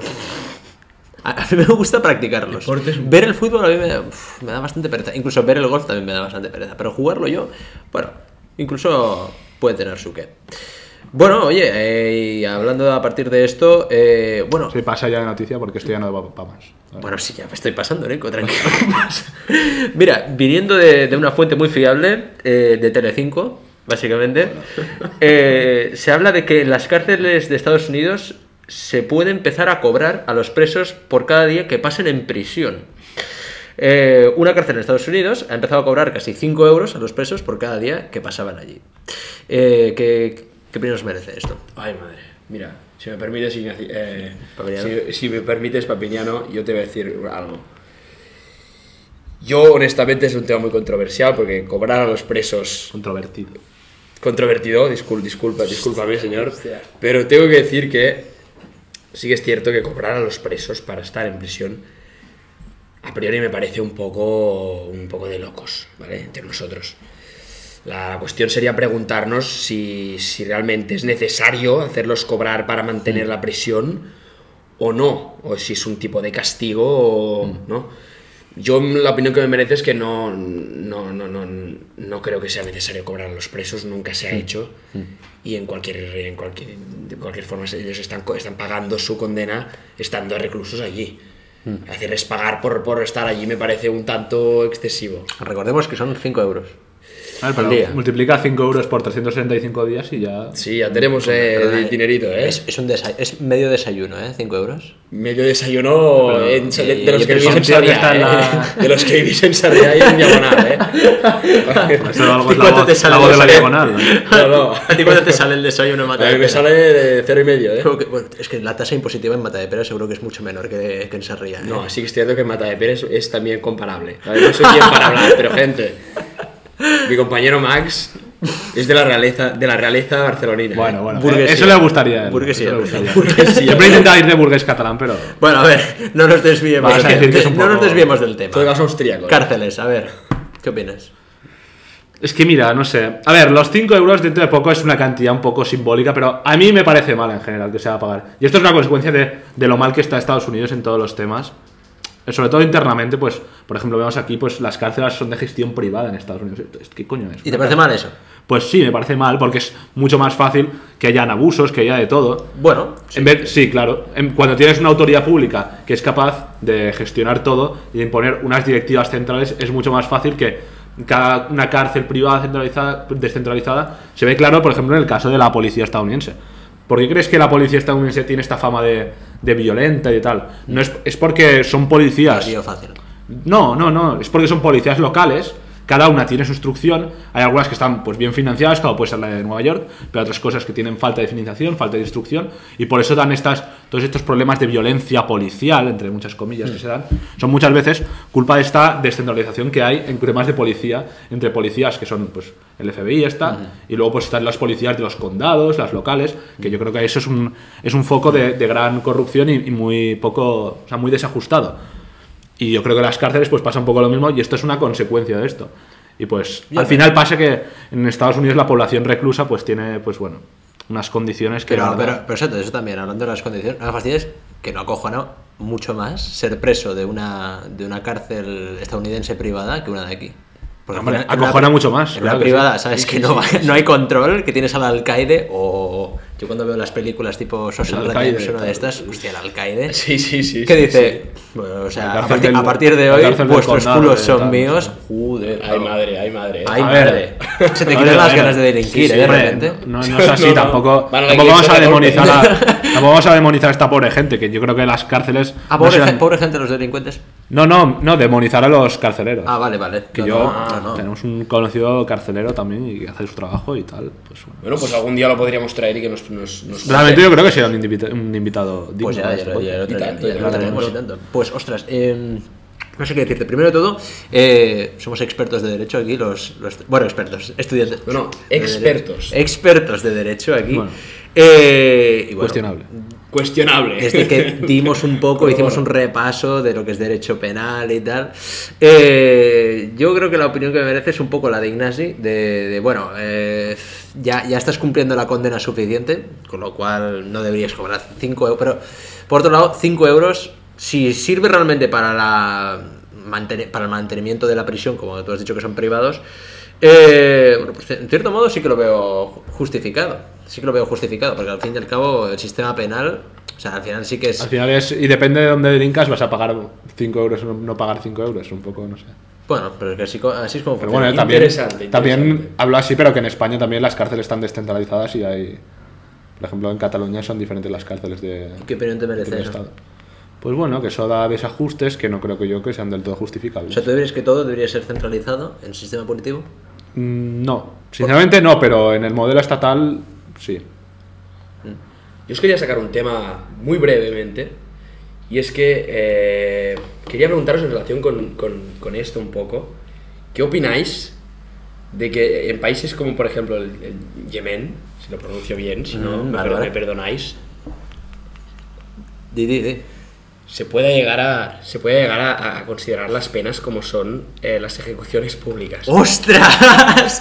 [SPEAKER 2] A a mí me gusta practicarlos.
[SPEAKER 4] Deportes-
[SPEAKER 2] Ver el fútbol a mí me, uf, me da bastante pereza. Incluso ver el golf también me da bastante pereza. Pero jugarlo yo, bueno, incluso puede tener su qué. Bueno, oye, eh, y hablando a partir de esto, eh, bueno,
[SPEAKER 3] Se pasa ya de noticia porque esto ya no va para más.
[SPEAKER 2] Bueno, sí, ya me estoy pasando, Nico, tranquilo. Mira, viniendo de, de una fuente muy fiable, eh, de Telecinco, básicamente, eh, se habla de que en las cárceles de Estados Unidos se puede empezar a cobrar a los presos por cada día que pasen en prisión. Eh, una cárcel en Estados Unidos ha empezado a cobrar casi 5 euros a los presos por cada día que pasaban allí. Eh, ¿qué, ¿Qué opinión os merece esto?
[SPEAKER 4] Ay, madre. Mira, si me permites, Ignaci- eh,
[SPEAKER 2] Papiniano.
[SPEAKER 4] si, si me permites, Papiniano, yo te voy a decir algo. Yo, honestamente, es un tema muy controversial porque cobrar a los presos
[SPEAKER 3] Controvertido.
[SPEAKER 4] controvertido, disculpa, disculpa, discúlpame, señor, pero tengo que decir que sí que es cierto que cobrar a los presos para estar en prisión a priori me parece un poco un poco de locos, ¿vale? Entre nosotros. La cuestión sería preguntarnos si, si realmente es necesario hacerlos cobrar para mantener la prisión o no, o si es un tipo de castigo o no. Yo mm, la opinión que me merece es que no, no, no, no, no creo que sea necesario cobrar a los presos, nunca se ha hecho. Y en cualquier, en cualquier, de cualquier forma ellos están, co- están pagando su condena estando reclusos allí. Hacerles pagar por, por estar allí me parece un tanto excesivo.
[SPEAKER 2] Recordemos que son 5 euros.
[SPEAKER 3] A ver, pero
[SPEAKER 2] Al día.
[SPEAKER 3] multiplica 5 euros por 365 días y ya...
[SPEAKER 4] Sí, ya tenemos eh,
[SPEAKER 2] Perdona,
[SPEAKER 4] el
[SPEAKER 2] eh,
[SPEAKER 4] dinerito, ¿eh?
[SPEAKER 2] Es, es un desa- es medio desayuno, ¿eh? 5 euros.
[SPEAKER 4] Medio desayuno
[SPEAKER 3] Pero-
[SPEAKER 4] en- de, de
[SPEAKER 2] y-
[SPEAKER 4] los
[SPEAKER 2] y
[SPEAKER 4] que
[SPEAKER 2] el
[SPEAKER 4] vivís en
[SPEAKER 3] tío que
[SPEAKER 4] Sarriá,
[SPEAKER 3] está en
[SPEAKER 4] ¿eh?
[SPEAKER 3] la-
[SPEAKER 4] De los que vivís en Sarriá y en Diagonal, ¿eh?
[SPEAKER 3] Eso algo es la
[SPEAKER 2] ¿Cuánto
[SPEAKER 3] voz-
[SPEAKER 2] te sale
[SPEAKER 3] la voz de la
[SPEAKER 2] eso?
[SPEAKER 3] diagonal.
[SPEAKER 4] No, no.
[SPEAKER 2] ¿A ti cuándo te sale el desayuno
[SPEAKER 4] A mí me sale de cero y medio, ¿eh?
[SPEAKER 2] Creo que- bueno, es que la tasa impositiva en Mata de Pera seguro que es mucho menor que, que en Sarria. ¿eh?
[SPEAKER 4] No, sí que es cierto que Mata de Pérez es también comparable. A ver, No soy quien para hablar, pero gente. Mi compañero Max es de la realeza, de la realeza barcelonina. ¿eh?
[SPEAKER 3] Bueno, bueno.
[SPEAKER 2] Burguesía.
[SPEAKER 3] Eso le gustaría. a él,
[SPEAKER 2] Burguesía.
[SPEAKER 3] eso le gustaría.
[SPEAKER 4] Burguesía.
[SPEAKER 3] Siempre he intentado ir de burgués catalán, pero...
[SPEAKER 2] Bueno, a ver, no nos desviemos.
[SPEAKER 3] Vas a decir que es un
[SPEAKER 2] No nos
[SPEAKER 3] poco-
[SPEAKER 2] desviemos del tema.
[SPEAKER 4] Todo caso austríaco. ¿eh?
[SPEAKER 2] Cárceles, a ver. ¿Qué opinas?
[SPEAKER 3] Es que mira, no sé. A ver, los 5 euros dentro de poco es una cantidad un poco simbólica, pero a mí me parece mal en general que se va a pagar. Y esto es una consecuencia de, de lo mal que está Estados Unidos en todos los temas. Eh, Sobre todo internamente, pues, por ejemplo, vemos aquí, pues las cárceles son de gestión privada en Estados Unidos. Esto es- ¿Qué coño es?
[SPEAKER 2] ¿Y te parece mal eso?
[SPEAKER 3] Pues sí, me parece mal, porque es mucho más fácil que hayan abusos, que haya de todo.
[SPEAKER 2] Bueno,
[SPEAKER 3] En vez, sí, claro. En- cuando tienes una autoridad pública que es capaz de gestionar todo y de imponer unas directivas centrales, es mucho más fácil que cada una cárcel privada centralizada, descentralizada. Se ve claro, por ejemplo, en el caso de la policía estadounidense. ¿Por qué crees que la policía estadounidense tiene esta fama de, de violenta y de tal? No es, es porque son
[SPEAKER 2] ha
[SPEAKER 3] policías.
[SPEAKER 2] sido fácil.
[SPEAKER 3] No, no, no. Es porque son policías locales. Cada una tiene su instrucción. Hay algunas que están pues bien financiadas, como puede ser la de Nueva York, pero otras cosas que tienen falta de financiación, falta de instrucción, y por eso dan estas, todos estos problemas de violencia policial, entre muchas comillas, que se dan, son muchas veces culpa de esta descentralización que hay en temas de policía, entre policías que son pues el FBI está, y luego pues están las policías de los condados, las locales, que yo creo que eso es un, es un foco de, de gran corrupción y, y muy poco, o sea, muy desajustado. Y yo creo que en las cárceles pues pasa un poco lo mismo y esto es una consecuencia de esto. Y pues
[SPEAKER 2] Ya,
[SPEAKER 3] al final pasa que en Estados Unidos la población reclusa pues tiene pues bueno, unas condiciones que la
[SPEAKER 2] Pero,
[SPEAKER 3] verdad-
[SPEAKER 2] pero, pero exacto, eso también, hablando de las condiciones, una fastidia es que no acojona mucho más ser preso de una, de una cárcel estadounidense privada que una de aquí. Porque
[SPEAKER 3] Hombre,
[SPEAKER 2] al final, en una
[SPEAKER 3] acojona
[SPEAKER 2] pri-
[SPEAKER 3] mucho más,
[SPEAKER 2] En
[SPEAKER 3] claro
[SPEAKER 2] una
[SPEAKER 3] que
[SPEAKER 2] privada,
[SPEAKER 3] sí.
[SPEAKER 2] ¿sabes?
[SPEAKER 3] Sí,
[SPEAKER 2] que
[SPEAKER 3] sí,
[SPEAKER 2] no,
[SPEAKER 3] sí,
[SPEAKER 2] va-
[SPEAKER 3] sí, sí.
[SPEAKER 2] no hay control, que tienes al alcaide o... Yo cuando veo las películas tipo Social
[SPEAKER 3] El alcaide,
[SPEAKER 2] Redemption o de
[SPEAKER 3] tal.
[SPEAKER 2] estas, hostia, el alcaide...
[SPEAKER 4] Sí, sí, sí.
[SPEAKER 2] ¿Qué
[SPEAKER 4] sí,
[SPEAKER 2] dice?
[SPEAKER 4] sí.
[SPEAKER 2] Bueno, o sea,
[SPEAKER 3] La
[SPEAKER 2] a
[SPEAKER 3] cárcel
[SPEAKER 2] partir,
[SPEAKER 3] del-
[SPEAKER 2] a partir de
[SPEAKER 3] la
[SPEAKER 2] hoy
[SPEAKER 3] cárcel del
[SPEAKER 2] vuestros
[SPEAKER 3] condado,
[SPEAKER 2] culos
[SPEAKER 3] de
[SPEAKER 2] son
[SPEAKER 3] tal,
[SPEAKER 2] míos. Ah,
[SPEAKER 3] no sé.
[SPEAKER 2] Joder,
[SPEAKER 4] Ay,
[SPEAKER 2] cabrón.
[SPEAKER 4] Eh, madre, ay, madre. eh.
[SPEAKER 2] Ay,
[SPEAKER 3] A ver.
[SPEAKER 2] madre. Se te
[SPEAKER 3] A
[SPEAKER 2] quitan
[SPEAKER 3] ver, a
[SPEAKER 2] las
[SPEAKER 3] ver.
[SPEAKER 2] ganas de delinquir,
[SPEAKER 4] Sí,
[SPEAKER 2] ¿eh? De
[SPEAKER 3] Hombre,
[SPEAKER 2] repente.
[SPEAKER 3] No, no es así
[SPEAKER 4] No, no.
[SPEAKER 3] tampoco.
[SPEAKER 4] Van a la
[SPEAKER 3] Tampoco vamos a
[SPEAKER 4] iglesia,
[SPEAKER 3] demonizar a,
[SPEAKER 4] golpe.
[SPEAKER 3] tampoco vamos a demonizar a esta pobre gente, que yo creo que las cárceles.
[SPEAKER 2] Ah,
[SPEAKER 3] no
[SPEAKER 2] pobre,
[SPEAKER 3] serán-
[SPEAKER 2] gen- pobre gente, los delincuentes.
[SPEAKER 3] no, no, no, demonizar a los carceleros.
[SPEAKER 2] Ah, vale, vale.
[SPEAKER 3] que
[SPEAKER 2] No, ah,
[SPEAKER 3] yo
[SPEAKER 2] no, no, no.
[SPEAKER 3] tenemos un conocido carcelero también y que hace su trabajo y tal. Pues, bueno.
[SPEAKER 4] Bueno, pues algún día lo podríamos traer y que nos. nos, nos cuente.
[SPEAKER 3] Realmente yo creo que sería un invitado, un invitado digno.
[SPEAKER 2] Pues ya,
[SPEAKER 3] para
[SPEAKER 2] ya,
[SPEAKER 3] este
[SPEAKER 2] lo- ya lo
[SPEAKER 3] podcast.
[SPEAKER 4] Y
[SPEAKER 2] tra- ya
[SPEAKER 4] tanto, ya
[SPEAKER 2] lo
[SPEAKER 4] lo
[SPEAKER 2] traeremos y
[SPEAKER 4] tenemos.
[SPEAKER 2] tanto. Pues, ostras, eh, no sé qué decirte. Primero de todo, eh, somos expertos de derecho aquí, los, los- bueno, expertos, estudiantes.
[SPEAKER 4] No, no,
[SPEAKER 2] de
[SPEAKER 4] expertos.
[SPEAKER 2] dere- expertos de derecho aquí.
[SPEAKER 3] Bueno.
[SPEAKER 2] Eh, y bueno,
[SPEAKER 3] Cuestionable.
[SPEAKER 4] Cuestionable.
[SPEAKER 2] Desde que dimos un poco, hicimos un repaso de lo que es derecho penal y tal. Eh, yo creo que la opinión que me merece es un poco la de Ignasi, de, de, bueno, eh, ya, ya estás cumpliendo la condena suficiente, con lo cual no deberías cobrar 5 euros. Pero, por otro lado, 5 euros, si sirve realmente para, la, mantene- para el mantenimiento de la prisión, como tú has dicho que son privados, eh, bueno, pues en cierto modo sí que lo veo justificado. Sí que lo veo justificado, porque al fin y al cabo el sistema penal, o sea, al final sí que es...
[SPEAKER 3] Al final es. Y depende de dónde delincas, vas a pagar 5 euros o no- no pagar 5 euros. Un poco, no sé.
[SPEAKER 2] Bueno, pero es que así, co- así es como
[SPEAKER 3] Pero bueno,
[SPEAKER 2] funciona.
[SPEAKER 3] él también,
[SPEAKER 4] Interesante,
[SPEAKER 3] también
[SPEAKER 4] interesante.
[SPEAKER 3] hablo así, pero que en España también las cárceles están descentralizadas y hay. Por ejemplo, en Cataluña son diferentes las cárceles de.
[SPEAKER 2] ¿Qué opinión te
[SPEAKER 3] de
[SPEAKER 2] merece
[SPEAKER 3] cada
[SPEAKER 2] eso?
[SPEAKER 3] estado. Pues bueno, que eso da desajustes que no creo que yo que sean del todo
[SPEAKER 2] O
[SPEAKER 3] justificables.
[SPEAKER 2] sea, ¿tú dirías que todo debería ser centralizado en el sistema punitivo?
[SPEAKER 3] Mm, No, sinceramente no, pero en el modelo estatal sí.
[SPEAKER 4] Yo os quería sacar un tema muy brevemente, y es que eh, quería preguntaros en relación con, con- con esto un poco, ¿qué opináis de que en países como por ejemplo el, el Yemen, si lo pronuncio bien, si no
[SPEAKER 2] Mm,
[SPEAKER 4] me
[SPEAKER 2] vale,
[SPEAKER 4] per-
[SPEAKER 2] vale.
[SPEAKER 4] me perdonáis,
[SPEAKER 2] Di, di, di.
[SPEAKER 4] se pueda llegar a, se puede llegar a, a considerar las penas como son eh, las ejecuciones públicas?
[SPEAKER 2] ¡Ostras!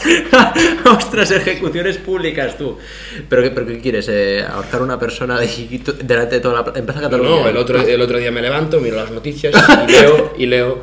[SPEAKER 2] ¡Ostras! Ejecuciones públicas, tú. ¿Pero qué, pero qué quieres? eh, ¿Ahorcar a una persona y to- delante de toda la... Empieza
[SPEAKER 4] No,
[SPEAKER 2] Cataluña.
[SPEAKER 4] no, el otro, el otro día me levanto, miro las noticias y leo, y leo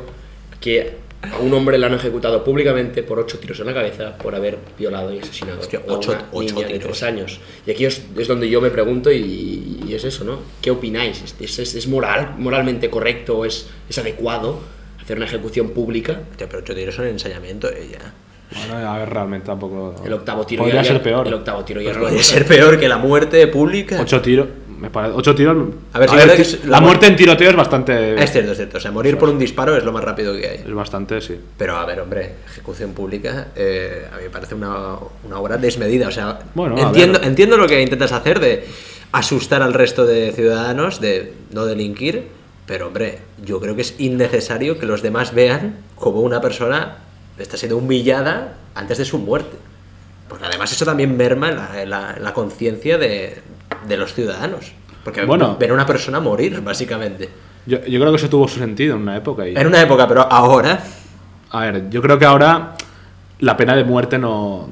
[SPEAKER 4] que a un hombre le han ejecutado públicamente por ocho tiros en la cabeza por haber violado y asesinado
[SPEAKER 2] Hostia,
[SPEAKER 4] a
[SPEAKER 2] ocho-
[SPEAKER 4] una
[SPEAKER 2] ocho
[SPEAKER 4] niña de
[SPEAKER 2] tiros.
[SPEAKER 4] tres años. Y aquí es, es donde yo me pregunto y, y es eso, ¿no? ¿Qué opináis? ¿Es- ¿Es, es, es moral, moralmente correcto o es, es adecuado hacer una ejecución pública?
[SPEAKER 2] Hostia, pero ocho tiros son ensayamiento, eh, ya.
[SPEAKER 3] Bueno, a ver, realmente tampoco.
[SPEAKER 4] El octavo tiro
[SPEAKER 3] Podría
[SPEAKER 4] ya-
[SPEAKER 3] ser
[SPEAKER 4] ya-
[SPEAKER 3] peor.
[SPEAKER 4] El octavo tiro ya
[SPEAKER 2] Pues
[SPEAKER 4] no lo
[SPEAKER 2] podría
[SPEAKER 4] veo.
[SPEAKER 2] ser peor que la muerte pública.
[SPEAKER 3] Ocho tiros. Me parece, ocho tiros.
[SPEAKER 2] A ver, sí, creo que Este.
[SPEAKER 3] ti-
[SPEAKER 2] es-
[SPEAKER 3] la muerte en tiroteo es bastante.
[SPEAKER 2] Ah, Es cierto, es cierto. O sea, morir por un disparo es lo más rápido que hay.
[SPEAKER 3] Es bastante, sí.
[SPEAKER 2] Pero a ver, hombre, ejecución pública eh, a mí me parece una, una obra desmedida. O sea,
[SPEAKER 3] Bueno, a
[SPEAKER 2] entiendo,
[SPEAKER 3] ver.
[SPEAKER 2] entiendo lo que intentas hacer de asustar al resto de ciudadanos, de no delinquir, pero hombre, yo creo que es innecesario que los demás vean como una persona está siendo humillada antes de su muerte. Porque además eso también merma en la, en la- en la conciencia de, de los ciudadanos. Porque
[SPEAKER 3] Bueno.
[SPEAKER 2] ver a una persona morir, básicamente.
[SPEAKER 3] Yo, yo creo que eso tuvo su sentido en una época. Y,
[SPEAKER 2] En una época, pero ahora...
[SPEAKER 3] A ver, yo creo que ahora la pena de muerte no.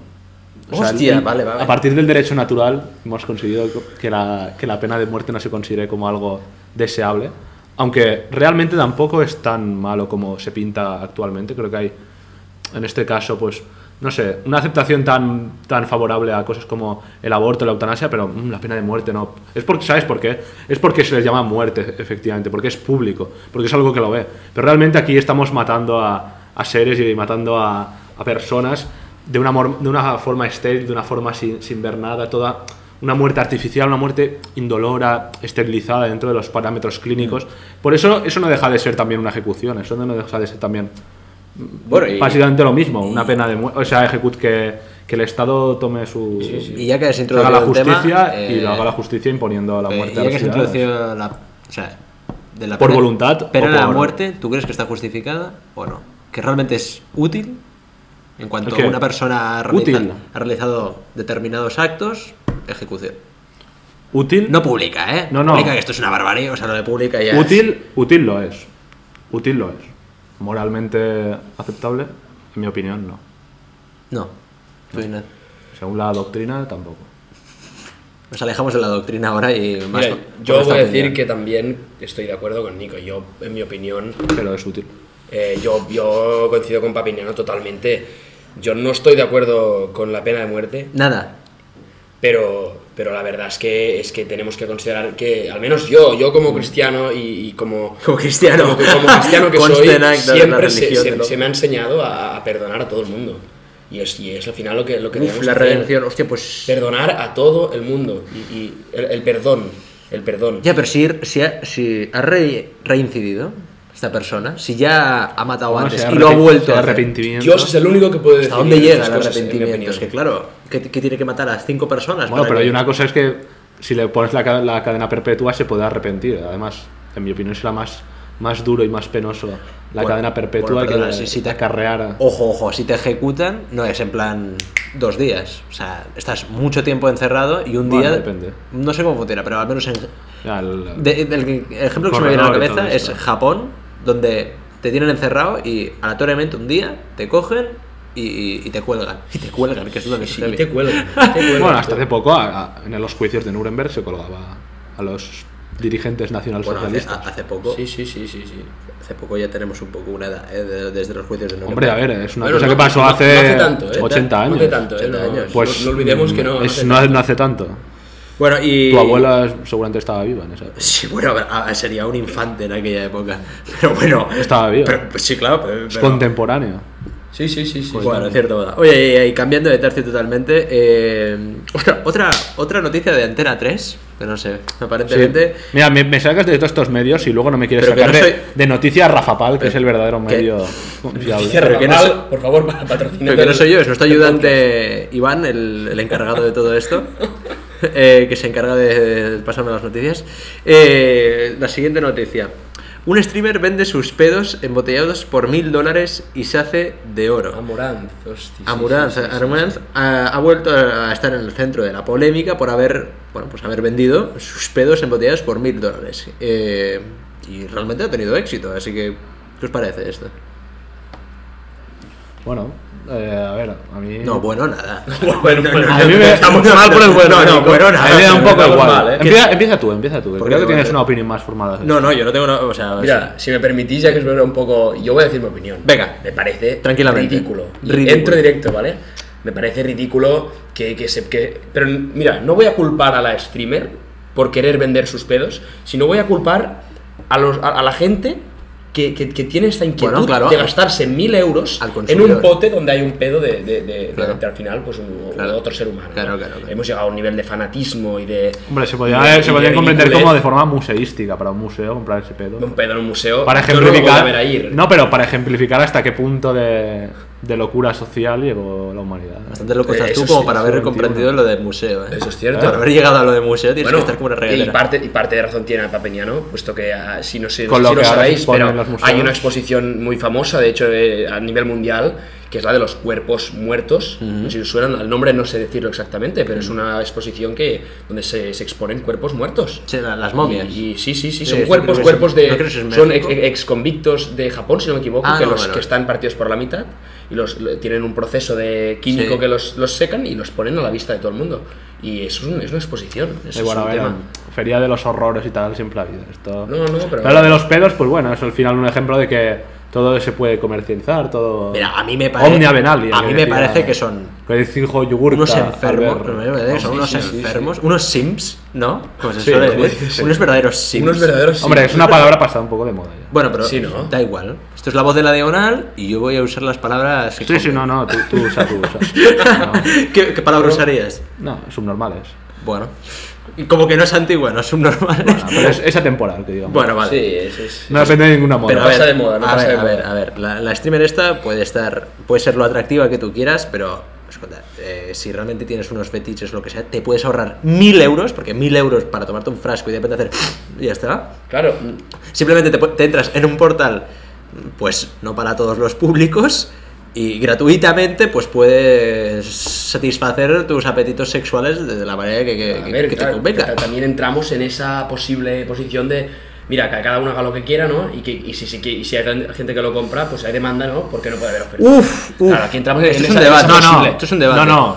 [SPEAKER 2] Hostia, vale, vale.
[SPEAKER 3] A partir del derecho natural hemos conseguido que la, que la pena de muerte no se considere como algo deseable. Aunque realmente tampoco es tan malo como se pinta actualmente. Creo que hay, en este caso, pues, no sé, una aceptación tan, tan favorable a cosas como el aborto, la eutanasia, pero mm, la pena de muerte no. Es porque, ¿sabes por qué? Es porque se les llama muerte, efectivamente, porque es público, porque es algo que lo ve. Pero realmente aquí estamos matando a, a seres y matando a, a personas de una, mor- de una forma estéril, de una forma sin, sin ver nada, toda una muerte artificial, una muerte indolora, esterilizada dentro de los parámetros clínicos. Por eso eso no deja de ser también una ejecución, eso no deja de ser también
[SPEAKER 2] Bueno, y-
[SPEAKER 3] básicamente lo mismo, una pena de muerte, o sea, ejecut que, que el Estado tome su...
[SPEAKER 2] Y ya que has
[SPEAKER 3] que haga
[SPEAKER 2] introducido
[SPEAKER 3] la
[SPEAKER 2] el tema,
[SPEAKER 3] justicia y
[SPEAKER 2] eh,
[SPEAKER 3] lo haga la justicia imponiendo la
[SPEAKER 2] eh,
[SPEAKER 3] muerte
[SPEAKER 2] ya
[SPEAKER 3] a los
[SPEAKER 2] que has
[SPEAKER 3] ciudadanos.
[SPEAKER 2] introducido la, o sea, de la
[SPEAKER 3] Por voluntad
[SPEAKER 2] Pero
[SPEAKER 3] o
[SPEAKER 2] la
[SPEAKER 3] por-
[SPEAKER 2] muerte, ¿tú crees que está justificada o no? Que realmente es útil en cuanto
[SPEAKER 3] ¿El qué?
[SPEAKER 2] una persona ha realiza-
[SPEAKER 3] Útil.
[SPEAKER 2] ha realizado determinados actos, ejecución.
[SPEAKER 3] Útil,
[SPEAKER 2] No pública, ¿eh?
[SPEAKER 3] No, no.
[SPEAKER 2] Pública, que esto es una barbarie, o sea, lo de pública ya. es-
[SPEAKER 3] útil, útil lo es, útil lo es. Moralmente aceptable, en mi opinión, no.
[SPEAKER 2] No. Tú y no.
[SPEAKER 3] Según la doctrina, tampoco.
[SPEAKER 2] Nos alejamos de la doctrina ahora y más.
[SPEAKER 4] Mira,
[SPEAKER 2] con- con
[SPEAKER 4] yo
[SPEAKER 2] esta
[SPEAKER 4] voy a decir
[SPEAKER 2] opinión.
[SPEAKER 4] que también estoy de acuerdo con Nico. Yo, en mi opinión,
[SPEAKER 3] Pero es útil.
[SPEAKER 4] Eh, yo, yo coincido con Papiniano totalmente. Yo no estoy de acuerdo con la pena de muerte,
[SPEAKER 2] Nada.
[SPEAKER 4] pero, pero la verdad es que, es que tenemos que considerar que, al menos yo, yo como cristiano y, y como,
[SPEAKER 2] Como cristiano.
[SPEAKER 4] como, como cristiano que
[SPEAKER 2] Conste
[SPEAKER 4] soy,
[SPEAKER 2] en acta de la
[SPEAKER 4] siempre se,
[SPEAKER 2] religión,
[SPEAKER 4] se-
[SPEAKER 2] ¿no?
[SPEAKER 4] se me ha enseñado a, a perdonar a todo el mundo. Y es, y es al final lo que, lo que
[SPEAKER 2] Uf,
[SPEAKER 4] debemos
[SPEAKER 2] la
[SPEAKER 4] hacer.
[SPEAKER 2] redención, hostia, pues.
[SPEAKER 4] Perdonar a todo el mundo. Y, y el, el perdón, el perdón.
[SPEAKER 2] Ya, pero si, si ha, si ha re- reincidido esta persona, si ya ha matado
[SPEAKER 3] Bueno,
[SPEAKER 2] antes
[SPEAKER 3] se
[SPEAKER 2] y lo ha
[SPEAKER 3] arrepi-
[SPEAKER 2] vuelto
[SPEAKER 3] se
[SPEAKER 2] a hacer,
[SPEAKER 3] arrepentimiento.
[SPEAKER 4] Dios es el único que puede decir
[SPEAKER 2] ¿hasta dónde llega el
[SPEAKER 4] estas cosas, en mi
[SPEAKER 2] arrepentimiento?
[SPEAKER 4] opinión.
[SPEAKER 2] Es que, claro, que, que tiene que matar a cinco personas.
[SPEAKER 3] Bueno,
[SPEAKER 2] para
[SPEAKER 3] pero
[SPEAKER 2] que-
[SPEAKER 3] hay una cosa es que si le pones la, ca- la cadena perpetua se puede arrepentir. Además, en mi opinión será más, más duro y más penoso la
[SPEAKER 2] Bueno,
[SPEAKER 3] cadena perpetua
[SPEAKER 2] bueno, perdona,
[SPEAKER 3] que
[SPEAKER 2] si- si te-
[SPEAKER 3] acarrear.
[SPEAKER 4] Oh.
[SPEAKER 3] a-
[SPEAKER 2] Ojo, ojo, si te ejecutan, no es en plan dos días. O sea, estás mucho tiempo encerrado y un
[SPEAKER 3] Bueno,
[SPEAKER 2] día.
[SPEAKER 3] depende.
[SPEAKER 2] No sé cómo funciona, pero al menos en.
[SPEAKER 3] al-
[SPEAKER 2] de- del ejemplo que se me viene a la
[SPEAKER 3] Corredor y
[SPEAKER 2] cabeza
[SPEAKER 3] todo
[SPEAKER 2] es
[SPEAKER 3] esto.
[SPEAKER 2] Japón, donde te tienen encerrado y aleatoriamente un día te cogen y, y- y te cuelgan. Y te cuelgan, que es donde
[SPEAKER 4] Sí, te cuelgan, te cuelgan.
[SPEAKER 3] Bueno, hasta hace poco a- a- en los juicios de Nuremberg se colgaba a los dirigentes
[SPEAKER 2] Bueno, hace,
[SPEAKER 3] nacionalsocialistas.
[SPEAKER 2] a- hace poco.
[SPEAKER 4] Sí, sí, sí, sí, sí.
[SPEAKER 2] Hace poco ya tenemos un poco una edad eh, de- desde los juicios de
[SPEAKER 3] Hombre,
[SPEAKER 2] Nuremberg.
[SPEAKER 3] a ver, es una
[SPEAKER 4] Bueno,
[SPEAKER 3] cosa
[SPEAKER 4] no-
[SPEAKER 3] que pasó
[SPEAKER 4] no- no
[SPEAKER 3] hace,
[SPEAKER 4] tanto, ¿eh?
[SPEAKER 3] 80 años.
[SPEAKER 4] No hace tanto, ¿eh?
[SPEAKER 2] 80
[SPEAKER 4] No-
[SPEAKER 2] años.
[SPEAKER 4] No,
[SPEAKER 3] Pues
[SPEAKER 4] no olvidemos que no. no
[SPEAKER 3] es-
[SPEAKER 4] hace
[SPEAKER 3] no,
[SPEAKER 4] tanto.
[SPEAKER 3] no hace tanto.
[SPEAKER 2] Bueno, y.
[SPEAKER 3] eh. Tu abuela seguramente estaba viva en esa.
[SPEAKER 2] Sí, bueno, a ver, sería un infante en aquella época. Pero bueno.
[SPEAKER 3] Estaba vivo.
[SPEAKER 2] Pero, pues sí, claro. Pero,
[SPEAKER 3] Es
[SPEAKER 2] pero-
[SPEAKER 3] contemporáneo.
[SPEAKER 4] Sí, sí, sí, sí.
[SPEAKER 2] bueno, en cierta moda. Oye, y, y cambiando de tercio totalmente. eh, ostra, otra, otra noticia de Antena 3. Que no sé, aparentemente.
[SPEAKER 3] Sí. Mira, me, me sacas de todos estos medios y luego no me quieres
[SPEAKER 2] Pero que
[SPEAKER 3] sacar
[SPEAKER 2] no
[SPEAKER 3] de,
[SPEAKER 2] soy-
[SPEAKER 3] de noticias Rafa Pal, que es el verdadero
[SPEAKER 2] que-
[SPEAKER 3] medio confiable.
[SPEAKER 4] Cierra,
[SPEAKER 2] Pero que no
[SPEAKER 4] Rafael,
[SPEAKER 2] soy-
[SPEAKER 4] por favor, para patrocinar.
[SPEAKER 2] Pero que no
[SPEAKER 4] el-
[SPEAKER 2] soy yo, es nuestro
[SPEAKER 4] el
[SPEAKER 2] ayudante Iván, el, el encargado de todo esto, eh, que se encarga de, de pasarme las noticias. Eh, la siguiente noticia. Un streamer vende sus pedos embotellados por mil dólares y se hace de
[SPEAKER 4] podcast.
[SPEAKER 2] oro.
[SPEAKER 4] Amoranz, hostia. sí,
[SPEAKER 2] Amuranz,
[SPEAKER 4] sí, sí, sí.
[SPEAKER 2] Amuranz ha, ha vuelto a estar en el centro de la polémica por haber, bueno, pues haber vendido sus pedos embotellados por mil dólares. Eh, y realmente ha tenido éxito, así que, ¿qué os parece esto?
[SPEAKER 3] Bueno, eh, a ver, a mí.
[SPEAKER 2] No, bueno, nada.
[SPEAKER 4] Bueno, bueno,
[SPEAKER 3] A mí me-
[SPEAKER 4] estamos mal por el bueno.
[SPEAKER 2] No, no, bueno, nada.
[SPEAKER 3] a mí me da un poco
[SPEAKER 4] Estamos
[SPEAKER 3] igual.
[SPEAKER 4] mal, ¿eh?
[SPEAKER 3] empieza, empieza tú, empieza tú. que
[SPEAKER 2] Porque
[SPEAKER 3] Creo que
[SPEAKER 2] no,
[SPEAKER 3] tienes
[SPEAKER 2] eh.
[SPEAKER 3] una opinión más formada.
[SPEAKER 2] No, no, yo no tengo una. O sea,
[SPEAKER 4] Mira, si me permitís, ya que os veo un poco. Yo voy a decir mi opinión.
[SPEAKER 2] Venga.
[SPEAKER 4] Me parece
[SPEAKER 2] Tranquilamente.
[SPEAKER 4] ridículo. Y
[SPEAKER 2] Ridículo.
[SPEAKER 4] Entro directo, ¿vale? Me parece ridículo que, que se. que- pero mira, no voy a culpar a la streamer por querer vender sus pedos, sino voy a culpar a, los, a, a la gente. Que, que- que tiene esta inquietud
[SPEAKER 2] Bueno, claro.
[SPEAKER 4] de gastarse mil euros
[SPEAKER 2] Al
[SPEAKER 4] en
[SPEAKER 2] consumidor.
[SPEAKER 4] un pote donde hay un pedo de, de- de-
[SPEAKER 2] Claro.
[SPEAKER 4] de- al final pues un,
[SPEAKER 2] Claro.
[SPEAKER 4] otro ser humano.
[SPEAKER 2] Claro,
[SPEAKER 4] ¿no?
[SPEAKER 2] claro, claro.
[SPEAKER 4] Hemos llegado a un nivel de fanatismo y de.
[SPEAKER 3] Hombre, se
[SPEAKER 4] y de-
[SPEAKER 3] podría,
[SPEAKER 4] y
[SPEAKER 3] se
[SPEAKER 4] de
[SPEAKER 3] podría comprender
[SPEAKER 4] ridiculez.
[SPEAKER 3] como de forma museística para un museo comprar ese pedo.
[SPEAKER 4] Un pedo en un museo.
[SPEAKER 3] Para
[SPEAKER 4] yo no lo voy a
[SPEAKER 3] ejemplificar.
[SPEAKER 4] ver a ir.
[SPEAKER 3] No, pero para ejemplificar hasta qué punto de, de locura social llegó la humanidad.
[SPEAKER 2] Bastante loco estás
[SPEAKER 4] Eh,
[SPEAKER 2] tú
[SPEAKER 4] eso
[SPEAKER 2] como
[SPEAKER 4] sí,
[SPEAKER 2] para
[SPEAKER 3] eso
[SPEAKER 2] haber
[SPEAKER 3] entiendo.
[SPEAKER 2] comprendido lo del museo, ¿eh?
[SPEAKER 4] Eso es cierto.
[SPEAKER 2] Para haber llegado a lo del museo tienes que estar como una
[SPEAKER 4] y
[SPEAKER 2] regadera.
[SPEAKER 4] parte, y parte de razón tiene Papeñano, puesto que ah, si no, sé,
[SPEAKER 3] Con
[SPEAKER 4] si
[SPEAKER 3] lo
[SPEAKER 4] no
[SPEAKER 3] que ahora
[SPEAKER 4] sabéis,
[SPEAKER 3] se expone en
[SPEAKER 4] pero
[SPEAKER 3] los museos.
[SPEAKER 4] hay una exposición muy famosa, de hecho, eh, a nivel mundial, que es la de los cuerpos muertos. No sé Si os suena el nombre, no sé decirlo exactamente, pero es una exposición que donde se, se exponen cuerpos muertos.
[SPEAKER 2] Sí, la- las momias.
[SPEAKER 4] Y, y sí, sí, sí,
[SPEAKER 2] Sí,
[SPEAKER 4] son
[SPEAKER 2] sí, creo
[SPEAKER 4] cuerpos,
[SPEAKER 2] que
[SPEAKER 4] cuerpos
[SPEAKER 2] es-
[SPEAKER 4] de.
[SPEAKER 2] no creo que es en
[SPEAKER 4] son ex,
[SPEAKER 2] México.
[SPEAKER 4] convictos de Japón, si no me equivoco,
[SPEAKER 2] Ah,
[SPEAKER 4] que,
[SPEAKER 2] no,
[SPEAKER 4] los,
[SPEAKER 2] vale,
[SPEAKER 4] que
[SPEAKER 2] vale.
[SPEAKER 4] están partidos por la mitad y los lo- tienen un proceso de químico
[SPEAKER 2] Sí.
[SPEAKER 4] que los, los secan y los ponen a la vista de todo el mundo. Y eso es, un- es una exposición. Eso
[SPEAKER 3] Eh, bueno,
[SPEAKER 4] es
[SPEAKER 3] a
[SPEAKER 4] un
[SPEAKER 3] ver,
[SPEAKER 4] tema.
[SPEAKER 3] feria de los horrores y tal siempre ha habido. Esto...
[SPEAKER 4] No, no, pero-
[SPEAKER 3] lo de los pedos, pues bueno, es al final un ejemplo de que todo se puede comercializar, todo...
[SPEAKER 2] Mira, a mí me parece-
[SPEAKER 3] Omnia Benalia,
[SPEAKER 2] a mí me parece que son-
[SPEAKER 3] Que dijo Yogurta,
[SPEAKER 2] unos enfermos,
[SPEAKER 3] Albert.
[SPEAKER 2] pero me parece que son
[SPEAKER 4] Sí,
[SPEAKER 2] unos
[SPEAKER 4] sí, sí,
[SPEAKER 2] enfermos, unos sims, ¿no? Como se
[SPEAKER 3] Sí,
[SPEAKER 2] suele
[SPEAKER 3] sí,
[SPEAKER 2] decir.
[SPEAKER 3] sí.
[SPEAKER 2] Unos verdaderos sims.
[SPEAKER 4] Unos verdaderos
[SPEAKER 3] Hombre,
[SPEAKER 4] sims.
[SPEAKER 3] es una palabra pasada un poco de moda ya.
[SPEAKER 2] Bueno, pero
[SPEAKER 4] Sí, ¿no?
[SPEAKER 2] da igual. Esto es la voz de la diagonal y yo voy a usar las palabras. que
[SPEAKER 3] Sí, sí, no,
[SPEAKER 2] convienen.
[SPEAKER 3] no, tú, tú usa, tú usa.
[SPEAKER 2] ¿Qué, qué palabra usarías?
[SPEAKER 3] No, no, subnormales.
[SPEAKER 2] Bueno, Y como que no es antigua, no es subnormal.
[SPEAKER 3] Ah, pero es, es atemporal, que digamos.
[SPEAKER 2] Bueno, vale.
[SPEAKER 4] Sí, es, es-
[SPEAKER 3] no depende de ninguna moda.
[SPEAKER 2] Pero a ver,
[SPEAKER 4] pasa de moda, no
[SPEAKER 2] a,
[SPEAKER 4] pasa
[SPEAKER 2] ver
[SPEAKER 4] de
[SPEAKER 2] a ver,
[SPEAKER 4] moda.
[SPEAKER 2] a ver, la, la streamer esta puede estar, puede ser lo atractiva que tú quieras, pero escolta, eh, si realmente tienes unos fetiches o lo que sea, te puedes ahorrar mil euros, porque mil euros para tomarte un frasco y de repente hacer y ya está.
[SPEAKER 4] Claro,
[SPEAKER 2] Simplemente te, pu- te entras en un portal, pues no para todos los públicos. Y gratuitamente, pues puedes satisfacer tus apetitos sexuales de la manera que, que-
[SPEAKER 4] a
[SPEAKER 2] que-
[SPEAKER 4] ver,
[SPEAKER 2] que te
[SPEAKER 4] claro,
[SPEAKER 2] convenga.
[SPEAKER 4] ta- también entramos en esa posible posición de, mira, que cada uno haga lo que quiera, ¿no? Y, que, y, si, si- que- y si hay tan- gente que lo compra, pues hay demanda, ¿no? Porque no puede haber oferta.
[SPEAKER 2] Uf, uf.
[SPEAKER 4] Claro, aquí entramos en
[SPEAKER 2] Esto Este es
[SPEAKER 4] esa-
[SPEAKER 2] un debate.
[SPEAKER 4] esa
[SPEAKER 3] no, no,
[SPEAKER 2] posible. Esto es un debate.
[SPEAKER 3] no, no,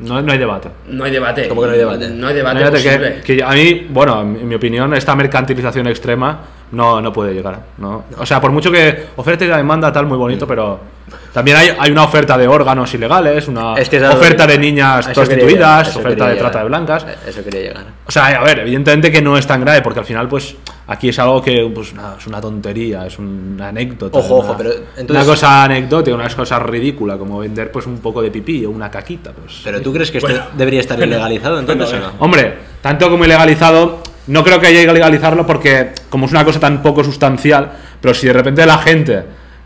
[SPEAKER 3] no, no hay debate.
[SPEAKER 4] No hay debate.
[SPEAKER 2] ¿Cómo que no hay debate?
[SPEAKER 4] No hay debate
[SPEAKER 3] Fíjate
[SPEAKER 4] posible.
[SPEAKER 3] que, que a mí, bueno, en mi opinión, esta mercantilización extrema No, no puede llegar. No. O sea, por mucho que oferta y demanda, tal, muy bonito, pero también hay, hay una oferta de órganos ilegales, una
[SPEAKER 2] Es que es a lo-
[SPEAKER 3] oferta de niñas
[SPEAKER 2] a eso quería llegar, a
[SPEAKER 3] prostituidas,
[SPEAKER 2] eso
[SPEAKER 3] oferta
[SPEAKER 2] quería
[SPEAKER 3] de
[SPEAKER 2] llegar.
[SPEAKER 3] trata de blancas.
[SPEAKER 2] A Eso quería llegar.
[SPEAKER 3] O sea, a ver, evidentemente que no es tan grave, porque al final, pues, aquí es algo que pues, una- es una tontería, es una anécdota.
[SPEAKER 2] Ojo,
[SPEAKER 3] una-
[SPEAKER 2] ojo, pero entonces-
[SPEAKER 3] Una cosa anecdótica, una cosa ridícula, como vender, pues, un poco de pipí o una caquita, pues...
[SPEAKER 2] Pero tú crees que esto debería estar ilegalizado entonces o no?
[SPEAKER 3] Hombre, tanto como ilegalizado, no creo que haya que legalizarlo porque, como es una cosa tan poco sustancial, pero si de repente la gente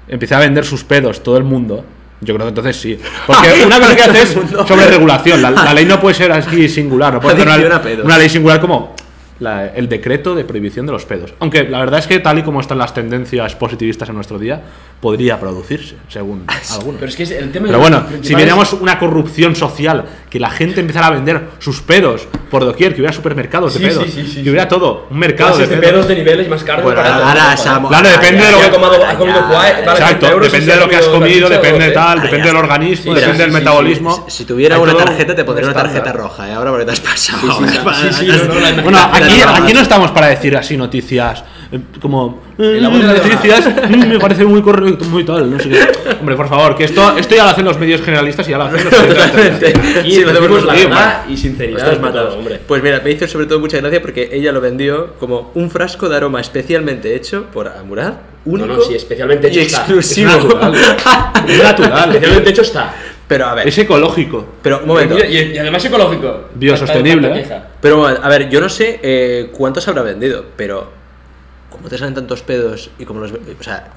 [SPEAKER 3] empieza a vender sus pedos todo el mundo, yo creo que entonces sí. Porque una cosa que hace es sobre regulación. La, la ley no puede ser así singular, no puede ser
[SPEAKER 2] Adicción
[SPEAKER 3] una,
[SPEAKER 2] a pedos.
[SPEAKER 3] una ley singular como. la- el decreto de prohibición de los pedos. Aunque la verdad es que tal y como están las tendencias positivistas en nuestro día, podría producirse, según algunos.
[SPEAKER 4] Pero es que es el tema
[SPEAKER 3] Pero bueno, si miramos
[SPEAKER 4] miramos
[SPEAKER 3] una corrupción social, que la gente empezara a vender sus pedos por doquier, que hubiera supermercados de
[SPEAKER 4] Sí,
[SPEAKER 3] pedos,
[SPEAKER 4] sí, sí, sí,
[SPEAKER 3] que
[SPEAKER 4] sí.
[SPEAKER 3] hubiera todo, un mercado
[SPEAKER 4] Clases
[SPEAKER 3] de
[SPEAKER 4] de
[SPEAKER 3] pedos.
[SPEAKER 4] pedos de este niveles más caros.
[SPEAKER 2] Bueno,
[SPEAKER 4] más baratos,
[SPEAKER 2] ahora Ah,
[SPEAKER 4] ¿no?
[SPEAKER 2] esa-
[SPEAKER 3] Claro, depende de lo
[SPEAKER 4] Si ha
[SPEAKER 3] que-
[SPEAKER 4] comido- ha comido eh. guay, vale, 30
[SPEAKER 3] Exacto,
[SPEAKER 4] euros, si
[SPEAKER 3] depende
[SPEAKER 4] ha
[SPEAKER 3] de lo que has comido,
[SPEAKER 4] salchicha,
[SPEAKER 3] depende de
[SPEAKER 4] ¿eh?
[SPEAKER 3] tal, depende del
[SPEAKER 4] Sí,
[SPEAKER 3] organismo,
[SPEAKER 4] sí,
[SPEAKER 3] depende
[SPEAKER 4] sí,
[SPEAKER 3] del
[SPEAKER 4] sí,
[SPEAKER 3] metabolismo.
[SPEAKER 2] Si tuviera
[SPEAKER 3] Hay
[SPEAKER 2] una
[SPEAKER 3] todo
[SPEAKER 2] tarjeta te pondría
[SPEAKER 3] un
[SPEAKER 2] una tarjeta
[SPEAKER 3] estándar.
[SPEAKER 2] roja, ¿eh? ahora porque te has pasado.
[SPEAKER 4] Sí, sí, sí, sí, no, no, la imagino.
[SPEAKER 3] Bueno, aquí,
[SPEAKER 2] Pero no,
[SPEAKER 3] aquí
[SPEAKER 2] no.
[SPEAKER 3] no estamos para decir así noticias eh, como eh,
[SPEAKER 4] la voz de la
[SPEAKER 3] noticias mm, me parece muy correcto, muy tal, no sé qué. Hombre, por favor, que esto, esto ya lo hacen los medios generalistas y ya lo hacen los
[SPEAKER 2] Totalmente.
[SPEAKER 4] Aquí
[SPEAKER 2] Sí, lo
[SPEAKER 4] decimos
[SPEAKER 2] tenemos
[SPEAKER 4] la
[SPEAKER 2] aquí,
[SPEAKER 4] verdad
[SPEAKER 2] bueno.
[SPEAKER 4] y sinceridad.
[SPEAKER 2] Estás
[SPEAKER 4] ante todo,
[SPEAKER 2] matado.
[SPEAKER 4] hombre.
[SPEAKER 2] Pues mira, me hizo sobre todo mucha gracia porque ella lo vendió como un frasco de aroma especialmente hecho por Amurad, único
[SPEAKER 4] no, sí, especialmente hecho
[SPEAKER 2] y
[SPEAKER 4] está.
[SPEAKER 2] exclusivo.
[SPEAKER 3] Es natural. Es natural,
[SPEAKER 4] Especialmente hecho está.
[SPEAKER 2] pero a ver,
[SPEAKER 3] es ecológico.
[SPEAKER 2] pero un momento.
[SPEAKER 4] Mira, Y, y además ecológico.
[SPEAKER 3] Biosostenible,
[SPEAKER 4] Tanta
[SPEAKER 3] ¿eh?
[SPEAKER 4] queja.
[SPEAKER 2] Pero un momento, a ver, yo no sé eh, cuántos habrá vendido, pero ¿cómo te salen tantos pedos y cómo los, ve- o sea,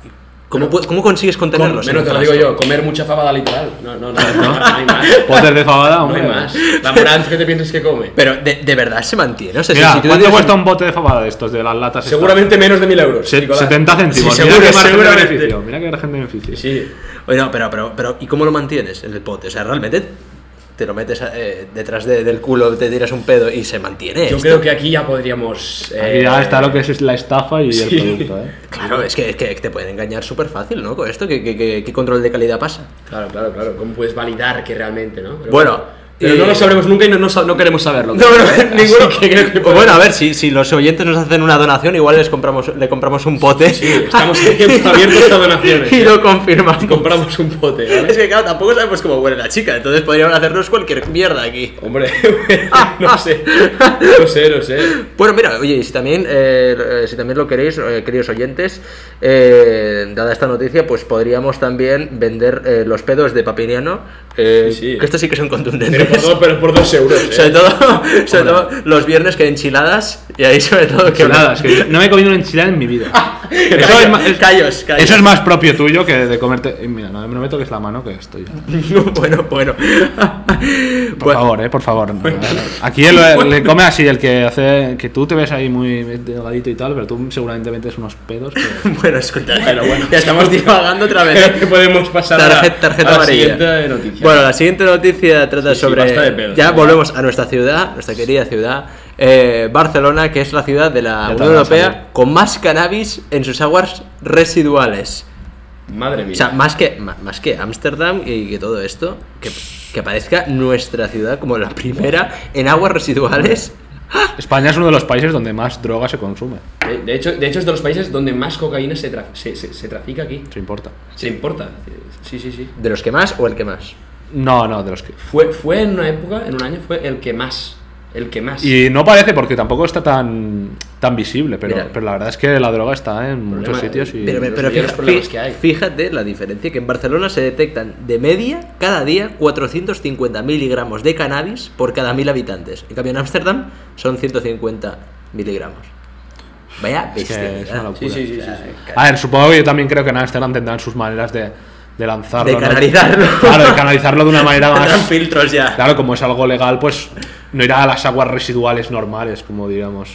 [SPEAKER 2] cómo, pu- cómo consigues contenerlos? en
[SPEAKER 4] Menos
[SPEAKER 2] un
[SPEAKER 4] te lo
[SPEAKER 2] frasco?
[SPEAKER 4] digo yo, comer mucha fabada literal. No, no, no, no, no hay más.
[SPEAKER 3] Poder de fabada,
[SPEAKER 4] No
[SPEAKER 3] Pues, hombre.
[SPEAKER 4] hay más. La moranz que te piensas que come.
[SPEAKER 2] Pero de, de verdad se mantiene, o sea,
[SPEAKER 3] Mira,
[SPEAKER 2] si- si tú
[SPEAKER 3] ¿cuánto
[SPEAKER 2] tienes-
[SPEAKER 3] cuesta un bote de fabada de estos, de las latas? estas?
[SPEAKER 4] Seguramente menos de 1000 euros.
[SPEAKER 3] Se-
[SPEAKER 4] Nicolás.
[SPEAKER 3] 70 céntimos.
[SPEAKER 4] Sí,
[SPEAKER 3] mira
[SPEAKER 4] seguro,
[SPEAKER 3] qué margen de
[SPEAKER 4] seguramente.
[SPEAKER 3] beneficio. Mira qué margen de beneficio.
[SPEAKER 4] Sí.
[SPEAKER 2] Oye, no, pero, pero, pero ¿y cómo lo mantienes en el pote? O sea, realmente te lo metes eh, detrás de- del culo, te tiras un pedo y se mantiene.
[SPEAKER 4] Yo
[SPEAKER 2] Eh, esto.
[SPEAKER 4] creo que aquí ya podríamos.
[SPEAKER 3] Aquí ya está lo que es la estafa y
[SPEAKER 4] eh, sí.
[SPEAKER 3] el producto, ¿eh?
[SPEAKER 2] Claro, es que, es que te pueden engañar súper fácil, ¿no? Con esto, ¿qué, qué, qué- qué control de calidad pasa?
[SPEAKER 4] Claro, claro, claro. ¿Cómo puedes validar que realmente, no? Pero
[SPEAKER 2] Bueno,
[SPEAKER 4] Pero
[SPEAKER 2] eh,
[SPEAKER 4] no lo sabremos nunca y no, no sa- no queremos saberlo.
[SPEAKER 2] ninguno. Pues
[SPEAKER 4] Así que creo que
[SPEAKER 2] bueno, a ver, si, si los oyentes nos hacen una donación, igual les compramos, le compramos un pote.
[SPEAKER 4] Sí, estamos abiertos a donaciones. ¿eh?
[SPEAKER 2] y lo confirmamos.
[SPEAKER 4] Compramos un pote,
[SPEAKER 2] Es
[SPEAKER 4] ¿vale?
[SPEAKER 2] que claro, tampoco sabemos cómo huele la chica, entonces podrían hacernos cualquier mierda aquí.
[SPEAKER 4] Hombre, no sé. No sé, no sé.
[SPEAKER 2] Bueno, mira, oye, y si también, eh, eh, si también lo queréis, eh, queridos oyentes, eh, dada esta noticia, pues podríamos también vender eh, los pedos de Papiniano, eh,
[SPEAKER 4] Sí, sí.
[SPEAKER 2] que estos sí que son
[SPEAKER 4] Pero por
[SPEAKER 2] contundentes.
[SPEAKER 4] dos, pero por dos euros. ¿eh?
[SPEAKER 2] Sobre todo, sobre todo los viernes que enchiladas y ahí sobre todo que
[SPEAKER 3] Enchiladas, que no me he comido una enchilada en mi vida. Eso es, más, es-
[SPEAKER 2] callos, callos.
[SPEAKER 3] eso es más propio tuyo que de comerte. y Mira, no me meto que es la mano que estoy. Por
[SPEAKER 2] bueno, bueno. bueno
[SPEAKER 3] favor, eh, por favor. no, no, no. Aquí el- le come así el que hace. Que tú te ves ahí muy delgadito y tal, pero tú seguramente metes unos pedos. que-
[SPEAKER 2] bueno, escucha,
[SPEAKER 4] Pero bueno.
[SPEAKER 2] ya estamos divagando otra vez. ¿eh?
[SPEAKER 4] Creo que podemos pasar a la-
[SPEAKER 2] tarjeta, tarjeta
[SPEAKER 4] a la
[SPEAKER 2] amarilla.
[SPEAKER 4] siguiente noticia.
[SPEAKER 2] Bueno, la siguiente noticia trata
[SPEAKER 4] Sí, sí,
[SPEAKER 2] sobre.
[SPEAKER 4] basta de pedos,
[SPEAKER 2] ya
[SPEAKER 4] ¿no?
[SPEAKER 2] volvemos a nuestra ciudad, nuestra querida ciudad, eh, Barcelona, que es la ciudad de la
[SPEAKER 3] Ya te
[SPEAKER 2] Unión
[SPEAKER 3] vas a
[SPEAKER 2] Europea
[SPEAKER 4] ¿eh?
[SPEAKER 3] ver.
[SPEAKER 2] con más cannabis en sus aguas residuales.
[SPEAKER 4] Madre mía.
[SPEAKER 2] O sea, más que ma- más que Ámsterdam y que todo esto, que, que aparezca nuestra ciudad como la primera en aguas residuales.
[SPEAKER 3] España es uno de los países donde más droga se consume.
[SPEAKER 4] de, de hecho, de hecho, es de los países donde más cocaína se, traf- se, se- se trafica aquí.
[SPEAKER 3] Eso importa.
[SPEAKER 4] Se importa. Sí, sí, sí.
[SPEAKER 2] ¿De los que más o el que más?
[SPEAKER 3] No, no, de los que.
[SPEAKER 4] Fue, fue en una época, en un año, fue el que más. El que más.
[SPEAKER 3] Y no parece porque tampoco está tan, tan visible, pero,
[SPEAKER 2] Mira.
[SPEAKER 3] pero la verdad es que la droga está en muchos
[SPEAKER 4] Problema-
[SPEAKER 3] sitios y.
[SPEAKER 2] Pero, pero,
[SPEAKER 4] los
[SPEAKER 2] pero
[SPEAKER 4] mayores
[SPEAKER 2] fija-
[SPEAKER 4] problemas
[SPEAKER 2] fi-
[SPEAKER 4] que hay.
[SPEAKER 2] fíjate la diferencia, que en Barcelona se detectan de media cada día 450 miligramos de cannabis por cada mil habitantes. En cambio en Ámsterdam son 150 miligramos. Vaya
[SPEAKER 3] Es que
[SPEAKER 2] bestia.
[SPEAKER 3] es una locura.
[SPEAKER 4] sí, sí, sí, sí, sí.
[SPEAKER 3] A ver, supongo que yo también creo que en Amsterdam tendrán sus maneras de, de lanzarlo.
[SPEAKER 2] De
[SPEAKER 3] ¿no?
[SPEAKER 2] canalizarlo.
[SPEAKER 3] Claro, de canalizarlo de una manera
[SPEAKER 2] Tendrán
[SPEAKER 3] más.
[SPEAKER 2] filtros ya.
[SPEAKER 3] Claro, como es algo legal, pues no irá a las aguas residuales normales, como digamos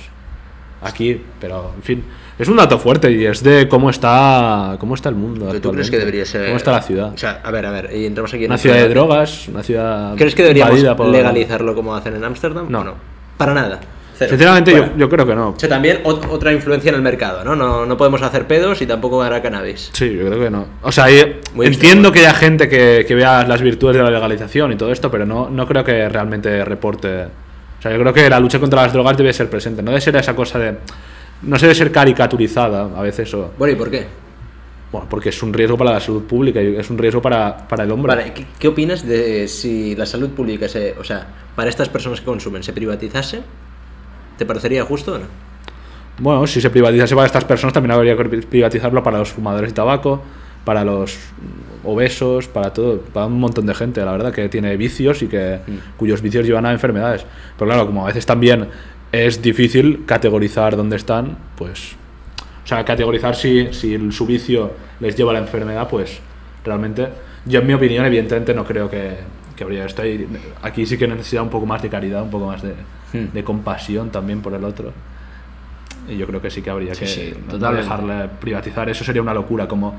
[SPEAKER 3] aquí, pero en fin. Es un dato fuerte y es de cómo está cómo está el mundo.
[SPEAKER 2] ¿Tú crees
[SPEAKER 3] actualmente.
[SPEAKER 2] que debería ser...?
[SPEAKER 3] ¿Cómo está la ciudad?
[SPEAKER 2] O sea, a ver, a ver, y entramos aquí en
[SPEAKER 3] Una
[SPEAKER 2] el
[SPEAKER 3] ciudad de
[SPEAKER 2] tema.
[SPEAKER 3] drogas, una ciudad.
[SPEAKER 2] ¿Crees que deberíamos
[SPEAKER 3] invadida por-
[SPEAKER 2] legalizarlo como hacen en Ámsterdam?
[SPEAKER 3] No.
[SPEAKER 2] ¿O Para nada. Cero.
[SPEAKER 3] Sinceramente,
[SPEAKER 2] Bueno.
[SPEAKER 3] yo, yo creo que no.
[SPEAKER 2] O sea, también ot- otra influencia en el mercado, ¿no? ¿no? No podemos hacer pedos y tampoco ganar cannabis.
[SPEAKER 3] Sí, yo creo que no. O sea, yo
[SPEAKER 2] Muy
[SPEAKER 3] entiendo que haya gente que, que vea las virtudes de la legalización y todo esto, pero no, no creo que realmente reporte. O sea, yo creo que la lucha contra las drogas debe ser presente. No debe ser esa cosa de no sé de ser caricaturizada a veces o
[SPEAKER 2] Bueno, ¿y por qué?
[SPEAKER 3] bueno, porque es un riesgo para la salud pública y es un riesgo para, para el hombre.
[SPEAKER 2] Vale, ¿qué, qué opinas de si la salud pública, se, o sea, para estas personas que consumen, se privatizase? ¿Te parecería justo o no?
[SPEAKER 3] Bueno, si se privatizase para estas personas, también habría que privatizarlo para los fumadores de tabaco, para los mm, obesos, para todo, para un montón de gente, la verdad, que tiene vicios y que cuyos vicios llevan a enfermedades. Pero claro, como a veces también es difícil categorizar dónde están, pues. O sea, categorizar si, si el- su vicio les lleva a la enfermedad, pues realmente. Yo, en mi opinión, evidentemente, no creo que, que habría esto. Y Aquí sí que necesita un poco más de caridad, un poco más de,
[SPEAKER 2] Hmm.
[SPEAKER 3] de compasión también por el otro. Y yo creo que sí que habría que
[SPEAKER 2] sí,
[SPEAKER 3] no- no
[SPEAKER 2] totalmente.
[SPEAKER 3] dejarle privatizar. Eso sería una locura. Como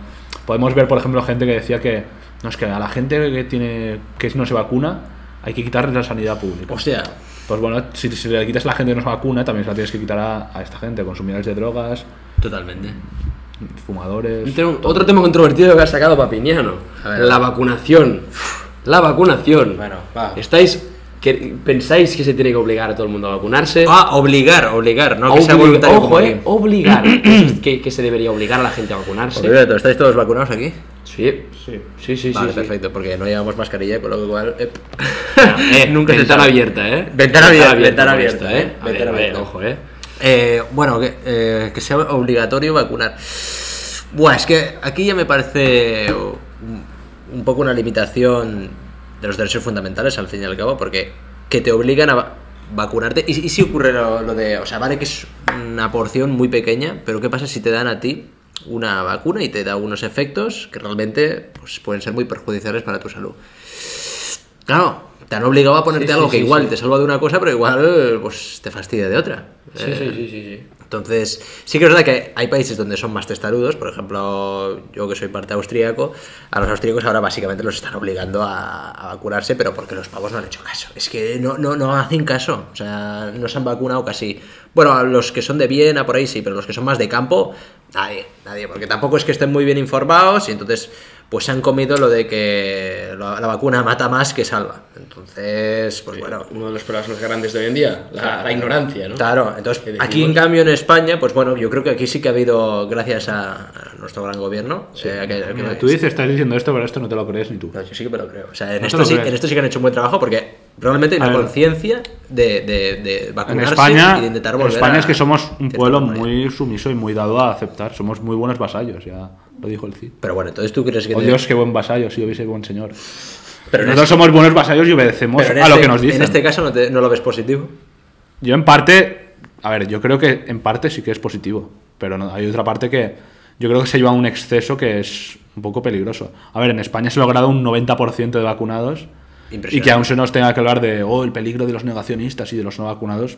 [SPEAKER 3] podemos ver, por ejemplo, gente que decía que no es que a la gente que tiene que no se vacuna hay que quitarle la sanidad pública.
[SPEAKER 2] O sea,
[SPEAKER 3] Pues bueno, si, si le quitas a la gente que no se vacuna, también se la tienes que quitar a, a esta gente, consumidores de drogas,
[SPEAKER 2] totalmente.
[SPEAKER 3] Eh. fumadores.
[SPEAKER 4] Entre un- otro tema controvertido que ha sacado Papiniano.
[SPEAKER 2] A ver.
[SPEAKER 4] La vacunación. La vacunación.
[SPEAKER 2] Bueno, va.
[SPEAKER 4] Estáis. Que, ¿Pensáis que se tiene que obligar a todo el mundo a vacunarse?
[SPEAKER 2] Ah, obligar, obligar, no
[SPEAKER 4] A
[SPEAKER 2] que sea
[SPEAKER 4] obliga-
[SPEAKER 2] voluntario.
[SPEAKER 4] ojo,
[SPEAKER 2] como
[SPEAKER 4] eh,
[SPEAKER 2] aquí.
[SPEAKER 4] obligar. Eso es que, que se debería obligar a la gente a vacunarse.
[SPEAKER 2] Olvídate, ¿estáis todos vacunados aquí?
[SPEAKER 4] Sí,
[SPEAKER 3] Sí.
[SPEAKER 4] sí, sí.
[SPEAKER 2] vale,
[SPEAKER 4] sí, sí.
[SPEAKER 2] perfecto, porque no llevamos mascarilla, con lo cual. eh,
[SPEAKER 4] Eh,
[SPEAKER 2] nunca se
[SPEAKER 4] ventana
[SPEAKER 2] sabe.
[SPEAKER 4] abierta, ¿eh?
[SPEAKER 2] Ventana abierta, ventana
[SPEAKER 4] con
[SPEAKER 2] abierta,
[SPEAKER 4] esto,
[SPEAKER 2] eh.
[SPEAKER 4] A ver,
[SPEAKER 2] Ventana
[SPEAKER 4] a ver,
[SPEAKER 2] abierta.
[SPEAKER 4] ojo, ¿eh?
[SPEAKER 2] Eh, bueno, que, eh, que sea obligatorio vacunar. Buah, es que aquí ya me parece un, un poco una limitación de los derechos fundamentales, al fin y al cabo, porque que te obligan a va- vacunarte. Y, si- y si ocurre lo, lo de. O sea, vale que es una porción muy pequeña, pero ¿qué pasa si te dan a ti una vacuna y te da unos efectos que realmente pues, pueden ser muy perjudiciales para tu salud? Claro, te han obligado a ponerte
[SPEAKER 4] Sí, sí,
[SPEAKER 2] algo que
[SPEAKER 4] sí,
[SPEAKER 2] igual
[SPEAKER 4] sí.
[SPEAKER 2] te salva de una cosa, pero igual pues, te fastidia de otra.
[SPEAKER 4] Sí,
[SPEAKER 2] Eh,
[SPEAKER 4] sí, sí, sí, sí.
[SPEAKER 2] entonces, sí que es verdad que hay países donde son más testarudos, por ejemplo, yo que soy parte austríaco, a los austríacos ahora básicamente los están obligando a, a vacunarse, pero porque los pavos no han hecho caso. Es que no, no, no hacen caso, o sea, no se han vacunado casi. Bueno, a los que son de Viena, por ahí sí, pero los que son más de campo, nadie, nadie, porque tampoco es que estén muy bien informados y entonces pues se han comido lo de que la, la vacuna mata más que salva. Entonces, pues bueno,
[SPEAKER 4] Uno de los problemas más grandes de hoy en día, la, la ignorancia, ¿no?
[SPEAKER 2] Claro, entonces
[SPEAKER 4] Que
[SPEAKER 2] aquí en
[SPEAKER 4] decimos-
[SPEAKER 2] cambio en España, pues bueno, yo creo que aquí sí que ha habido, gracias a a nuestro gran gobierno, eh, que- que-
[SPEAKER 3] Mira, tú dices, estás diciendo esto, pero esto no te lo crees ni tú.
[SPEAKER 2] No, yo sí que me lo creo. O sea, en,
[SPEAKER 3] No te
[SPEAKER 2] esto
[SPEAKER 3] lo
[SPEAKER 2] sí,
[SPEAKER 3] crees.
[SPEAKER 2] en esto sí que han hecho un buen trabajo porque realmente hay
[SPEAKER 3] A
[SPEAKER 2] una
[SPEAKER 3] ver.
[SPEAKER 2] conciencia de, de, de
[SPEAKER 3] En
[SPEAKER 2] vacunarse
[SPEAKER 3] España,
[SPEAKER 2] y de intentar
[SPEAKER 3] en
[SPEAKER 2] volver
[SPEAKER 3] España
[SPEAKER 2] a-
[SPEAKER 3] es que somos un
[SPEAKER 2] cierta
[SPEAKER 3] pueblo
[SPEAKER 2] normalidad.
[SPEAKER 3] muy sumiso y muy dado a aceptar. Somos muy buenos vasallos, ya lo dijo el Cid.
[SPEAKER 2] Pero bueno, entonces tú crees que...
[SPEAKER 3] Oh
[SPEAKER 2] te-
[SPEAKER 3] Dios, qué buen vasallo, si yo hubiese buen señor.
[SPEAKER 2] Pero en
[SPEAKER 3] Nosotros
[SPEAKER 2] este-
[SPEAKER 3] somos buenos vasallos y obedecemos
[SPEAKER 2] pero en
[SPEAKER 3] a lo
[SPEAKER 2] este-
[SPEAKER 3] que nos dicen.
[SPEAKER 2] En este caso no, te- no lo ves positivo.
[SPEAKER 3] Yo en parte, a ver, yo creo que en parte sí que es positivo, pero no- hay otra parte que yo creo que se lleva a un exceso que es un poco peligroso. A ver, en España se ha logrado un 90% de vacunados y que
[SPEAKER 2] Impresionante.
[SPEAKER 3] aún se nos tenga que hablar de, oh, el peligro de los negacionistas y de los no vacunados.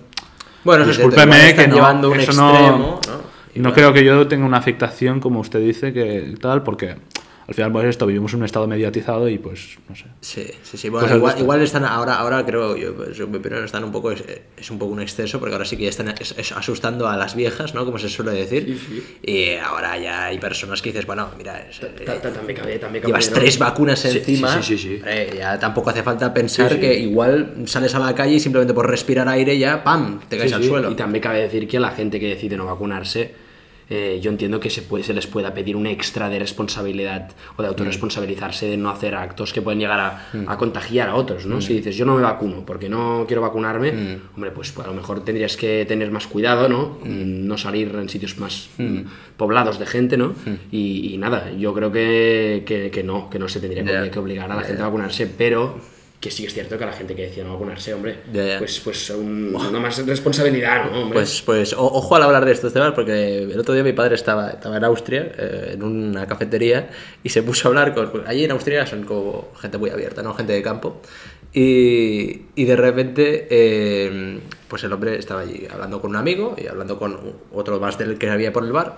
[SPEAKER 2] Bueno, eso es cierto,
[SPEAKER 3] Discúlpeme
[SPEAKER 2] igual están
[SPEAKER 3] que no,
[SPEAKER 2] llevando un
[SPEAKER 3] eso no-
[SPEAKER 2] extremo, ¿no?
[SPEAKER 3] No creo que yo tenga una afectación, como usted dice, que tal, porque al final, pues esto, vivimos en un estado mediatizado y pues, no sé.
[SPEAKER 2] Sí, sí, sí. Bueno,
[SPEAKER 3] Pues al
[SPEAKER 2] igual,
[SPEAKER 3] gusto.
[SPEAKER 2] igual están ahora, ahora creo yo, pues, en mi opinión, están un poco, es, es un poco un exceso, porque ahora sí que ya están es- es- asustando a las viejas, ¿no? Como se suele decir. Y ahora ya hay personas que dices, bueno, mira, es- eh,
[SPEAKER 4] Ta- ta- También cabe, también cabe,
[SPEAKER 2] llevas
[SPEAKER 4] ¿no?
[SPEAKER 2] tres vacunas
[SPEAKER 4] Sí, sí,
[SPEAKER 2] encima.
[SPEAKER 4] sí, sí, sí.
[SPEAKER 2] hombre, ya tampoco hace falta pensar que igual sales a la calle y simplemente por respirar aire ya, ¡pam! te caes
[SPEAKER 4] Sí,
[SPEAKER 2] al
[SPEAKER 4] sí.
[SPEAKER 2] suelo.
[SPEAKER 4] Y también cabe decir que la gente que decide no vacunarse, eh, yo entiendo que se, puede, se les pueda pedir un extra de responsabilidad o de autorresponsabilizarse de no hacer actos que pueden llegar a, a contagiar a otros,
[SPEAKER 2] Mm.
[SPEAKER 4] ¿no? Si dices, yo no me vacuno porque no quiero vacunarme, hombre, pues a lo mejor tendrías que tener más cuidado, ¿no?
[SPEAKER 2] Mm.
[SPEAKER 4] No salir en sitios más poblados de gente, ¿no?
[SPEAKER 2] Mm.
[SPEAKER 4] Y, y nada, yo creo que, que- que no, que no se tendría
[SPEAKER 2] Ya.
[SPEAKER 4] que obligar a la
[SPEAKER 2] Ya,
[SPEAKER 4] gente a vacunarse, pero... Que sí que es cierto que a la gente que decía no vacunarse, hombre,
[SPEAKER 2] Ya, ya.
[SPEAKER 4] pues pues un- una más responsabilidad, ¿no? Hombre?
[SPEAKER 2] Pues, pues o- ojo al hablar de estos temas, porque el otro día mi padre estaba, estaba en Austria, eh, en una cafetería, y se puso a hablar con... porque Allí en Austria son como gente muy abierta, ¿no? Gente de campo. Y, y de repente, eh, pues el hombre estaba allí hablando con un amigo y hablando con otro más del que había por el bar.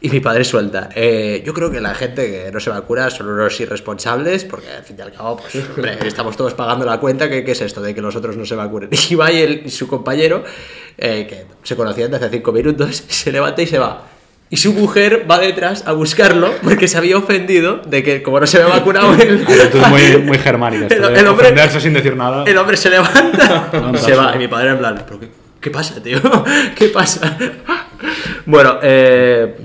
[SPEAKER 2] Y mi padre suelta. "Eh, yo creo que la gente que no se vacuna son unos irresponsables, porque al fin y al cabo, pues, hombre, estamos todos pagando la cuenta. ¿Qué, qué es esto de que los otros no se vacunen? Y va y, él y su compañero, eh, que se conocían desde hace cinco minutos, se levanta y se va. Y su mujer va detrás a buscarlo porque se había ofendido de que, como no se había vacunado, él.
[SPEAKER 3] Esto es muy, muy germánico.
[SPEAKER 2] El-
[SPEAKER 3] Esto, de
[SPEAKER 2] el hombre-
[SPEAKER 3] ofenderse sin decir nada.
[SPEAKER 2] El hombre se levanta,
[SPEAKER 3] No, no
[SPEAKER 2] se
[SPEAKER 3] pasa.
[SPEAKER 2] va. Y mi padre en plan, "¿Pero qué, qué pasa, tío? ¿Qué pasa? Bueno, eh,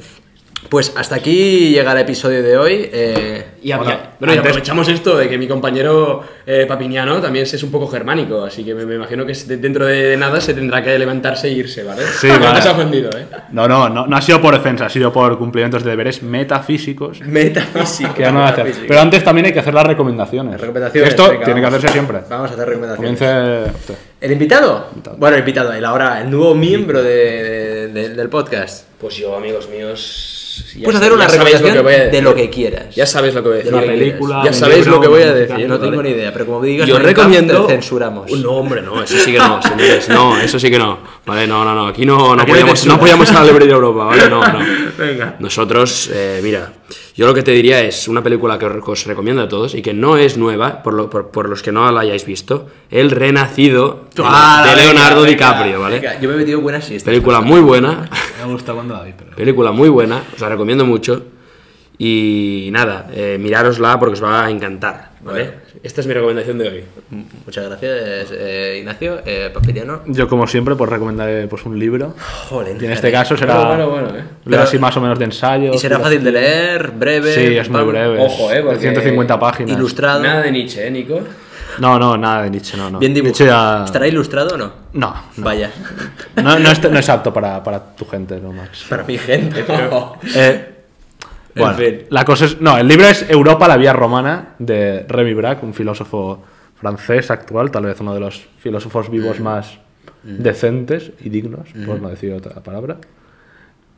[SPEAKER 2] pues hasta aquí llega el episodio de hoy. eh,
[SPEAKER 4] Y, a-
[SPEAKER 3] Hola.
[SPEAKER 4] ya- bueno, y
[SPEAKER 3] Antes-
[SPEAKER 4] aprovechamos esto de que mi compañero eh, Papiniano también es un poco germánico, así que me, me imagino que se- dentro de nada se tendrá que levantarse e irse, ¿vale?
[SPEAKER 3] Sí,
[SPEAKER 4] Me
[SPEAKER 3] vale.
[SPEAKER 4] has ofendido, ¿eh?
[SPEAKER 3] No, no, no, no ha sido por ofensa, ha sido por cumplimientos de deberes metafísicos
[SPEAKER 4] Metafísica.
[SPEAKER 3] que ya no voy a hacer. Pero antes también hay que hacer las recomendaciones.
[SPEAKER 2] recomendaciones,
[SPEAKER 3] Esto
[SPEAKER 2] venga,
[SPEAKER 3] tiene que
[SPEAKER 2] vamos.
[SPEAKER 3] hacerse siempre.
[SPEAKER 2] Vamos a hacer recomendaciones.
[SPEAKER 3] Comience usted.
[SPEAKER 2] ¿El invitado? Bueno, el invitado, el ahora, el nuevo miembro de- de- de- del podcast.
[SPEAKER 4] Pues yo, amigos míos. ya
[SPEAKER 2] Puedes
[SPEAKER 4] sa-
[SPEAKER 2] hacer una
[SPEAKER 4] ya sabéis
[SPEAKER 2] recomendación
[SPEAKER 4] voy a
[SPEAKER 2] de
[SPEAKER 4] decir.
[SPEAKER 2] lo que quieras.
[SPEAKER 4] Ya sabéis lo que voy a
[SPEAKER 2] De
[SPEAKER 4] decir.
[SPEAKER 2] lo que
[SPEAKER 3] Una película,
[SPEAKER 2] quieras.
[SPEAKER 4] Ya
[SPEAKER 3] un
[SPEAKER 4] sabéis
[SPEAKER 3] libro,
[SPEAKER 4] lo que voy a
[SPEAKER 3] un
[SPEAKER 4] decir.
[SPEAKER 2] No tengo
[SPEAKER 4] ¿vale?
[SPEAKER 2] ni idea, pero como digas,
[SPEAKER 4] Yo
[SPEAKER 2] en el camp
[SPEAKER 4] recomiendo.
[SPEAKER 2] te censuramos.
[SPEAKER 4] Uh, No, hombre, no, eso sí que no, señores. No, eso sí que no. Vale, no, no, no. Aquí no, no,
[SPEAKER 2] Aquí no hay
[SPEAKER 4] apoyamos, no
[SPEAKER 2] censura.
[SPEAKER 4] apoyamos a la libre de Europa, ¿vale? No, no.
[SPEAKER 2] Venga.
[SPEAKER 4] Nosotros, eh, mira, yo lo que te diría es una película que os os recomiendo a todos y que no es nueva, por, lo- por- por los que no la hayáis visto: El Renacido de,
[SPEAKER 2] Ah,
[SPEAKER 4] de
[SPEAKER 2] venga,
[SPEAKER 4] Leonardo
[SPEAKER 2] venga,
[SPEAKER 4] DiCaprio, ¿vale?
[SPEAKER 2] venga, yo me he metido buenas siestas.
[SPEAKER 4] Película muy buena.
[SPEAKER 3] Me gusta cuando la vi, pero.
[SPEAKER 4] Película muy buena, os la recomiendo mucho. Y nada, eh, mirárosla porque os va a encantar, ¿vale?
[SPEAKER 2] Bueno.
[SPEAKER 4] Esta es mi recomendación de hoy.
[SPEAKER 2] M- Muchas gracias, eh, Ignacio, eh, Papiriano.
[SPEAKER 3] Yo, como siempre, pues recomendaré pues, un libro.
[SPEAKER 2] Joder,
[SPEAKER 3] Y en este caso será.
[SPEAKER 4] Bueno, bueno, bueno, ¿eh?
[SPEAKER 3] Pero, así
[SPEAKER 2] Pero-
[SPEAKER 3] más o menos de ensayo.
[SPEAKER 2] Y será fácil de leer, breve.
[SPEAKER 3] Sí, es muy
[SPEAKER 2] pam,
[SPEAKER 3] breve.
[SPEAKER 4] Ojo, eh,
[SPEAKER 3] es
[SPEAKER 4] porque-
[SPEAKER 3] 150 páginas.
[SPEAKER 2] Ilustrado.
[SPEAKER 4] Nada de Nietzsche, ¿eh, Nico?
[SPEAKER 3] No, no, nada de Nietzsche, no, no.
[SPEAKER 2] Bien
[SPEAKER 3] Nietzsche
[SPEAKER 2] dibujado.
[SPEAKER 3] ya-
[SPEAKER 2] ¿Estará ilustrado o no?
[SPEAKER 3] No, no.
[SPEAKER 2] Vaya.
[SPEAKER 3] No, no es, no es apto para, para tu gente, no, Max.
[SPEAKER 2] Para mi gente.
[SPEAKER 3] Eh,
[SPEAKER 2] En
[SPEAKER 3] bueno,
[SPEAKER 2] fin.
[SPEAKER 3] la cosa es. No, el libro es Europa, la vía romana, de Remy Braque, un filósofo francés actual, tal vez uno de los filósofos vivos
[SPEAKER 2] Mm.
[SPEAKER 3] más decentes y dignos, por no decir otra palabra.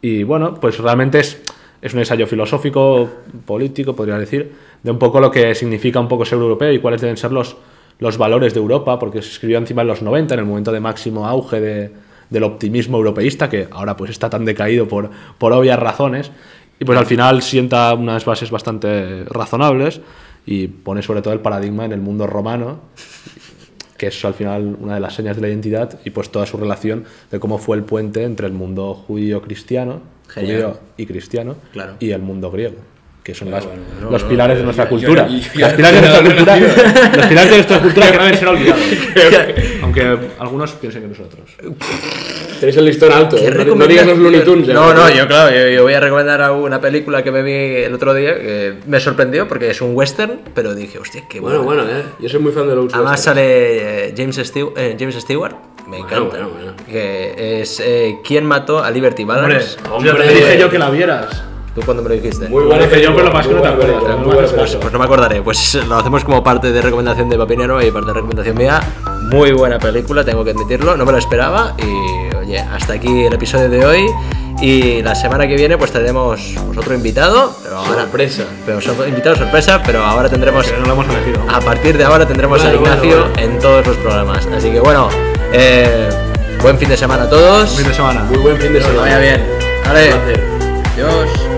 [SPEAKER 3] Y bueno, pues realmente es, es un ensayo filosófico, político, podría decir, de un poco lo que significa un poco ser europeo y cuáles deben ser los, los valores de Europa, porque se escribió encima en los 90, en el momento de máximo auge de- del optimismo europeísta, que ahora pues está tan decaído por, por obvias razones, y pues al final sienta unas bases bastante razonables y pone sobre todo el paradigma en el mundo romano, que es al final una de las señas de la identidad y pues toda su relación de cómo fue el puente entre el mundo judío cristiano
[SPEAKER 2] Genial.
[SPEAKER 3] judío y cristiano
[SPEAKER 2] Claro.
[SPEAKER 3] y el mundo griego que son las-
[SPEAKER 4] bueno,
[SPEAKER 3] los pilares de nuestra
[SPEAKER 4] yo-
[SPEAKER 3] cultura
[SPEAKER 4] yo- yo- yo-
[SPEAKER 3] los pilares de
[SPEAKER 4] yo-
[SPEAKER 3] nuestra
[SPEAKER 4] yo-
[SPEAKER 3] cultura los pilares de nuestra cultura que no deben ser olvidados aunque algunos piensen que nosotros
[SPEAKER 4] Tenéis el listón alto,
[SPEAKER 2] ¿Qué
[SPEAKER 4] ¿eh? No- No
[SPEAKER 2] recomiendas?
[SPEAKER 4] digas los Looney Tunes. ¿eh?
[SPEAKER 2] No, no, yo claro, yo, yo voy a recomendar a una película que me vi el otro día que me sorprendió porque es un western, pero dije, hostia, qué
[SPEAKER 4] Bueno, bueno, ¿eh? Yo soy muy fan de los
[SPEAKER 2] Además sale eh, James, Stew- eh, James Stewart, me
[SPEAKER 4] Bueno,
[SPEAKER 2] encanta.
[SPEAKER 4] bueno, bueno.
[SPEAKER 2] Que es eh, ¿Quién mató a Liberty Balance?
[SPEAKER 4] hombre.
[SPEAKER 3] te dije yo que la vieras
[SPEAKER 2] Tú cuando me lo dijiste.
[SPEAKER 4] Muy buena
[SPEAKER 3] Pero yo, pero lo más que no te
[SPEAKER 4] muy buena
[SPEAKER 3] acuerdas,
[SPEAKER 4] película, muy buena
[SPEAKER 2] pues, pues no me acordaré, pues lo hacemos como parte de recomendación de Papinero y parte de recomendación mía. Muy buena película, tengo que admitirlo, no me lo esperaba y oye, hasta aquí el episodio de hoy y la semana que viene pues tendremos pues, otro invitado, pero ahora
[SPEAKER 4] Sorpresa.
[SPEAKER 2] Pero so- invitado sorpresa, pero ahora tendremos
[SPEAKER 3] que Pues, no lo hemos elegido
[SPEAKER 2] a partir de ahora tendremos a
[SPEAKER 4] Bueno, bueno,
[SPEAKER 2] Ignacio
[SPEAKER 4] bueno.
[SPEAKER 2] en todos los programas. Así que bueno, eh, buen fin de semana a todos.
[SPEAKER 3] fin de semana
[SPEAKER 4] Muy buen fin de
[SPEAKER 2] Que
[SPEAKER 4] semana.
[SPEAKER 2] vaya bien.
[SPEAKER 4] Un
[SPEAKER 2] Vale.
[SPEAKER 4] placer.
[SPEAKER 2] Adiós.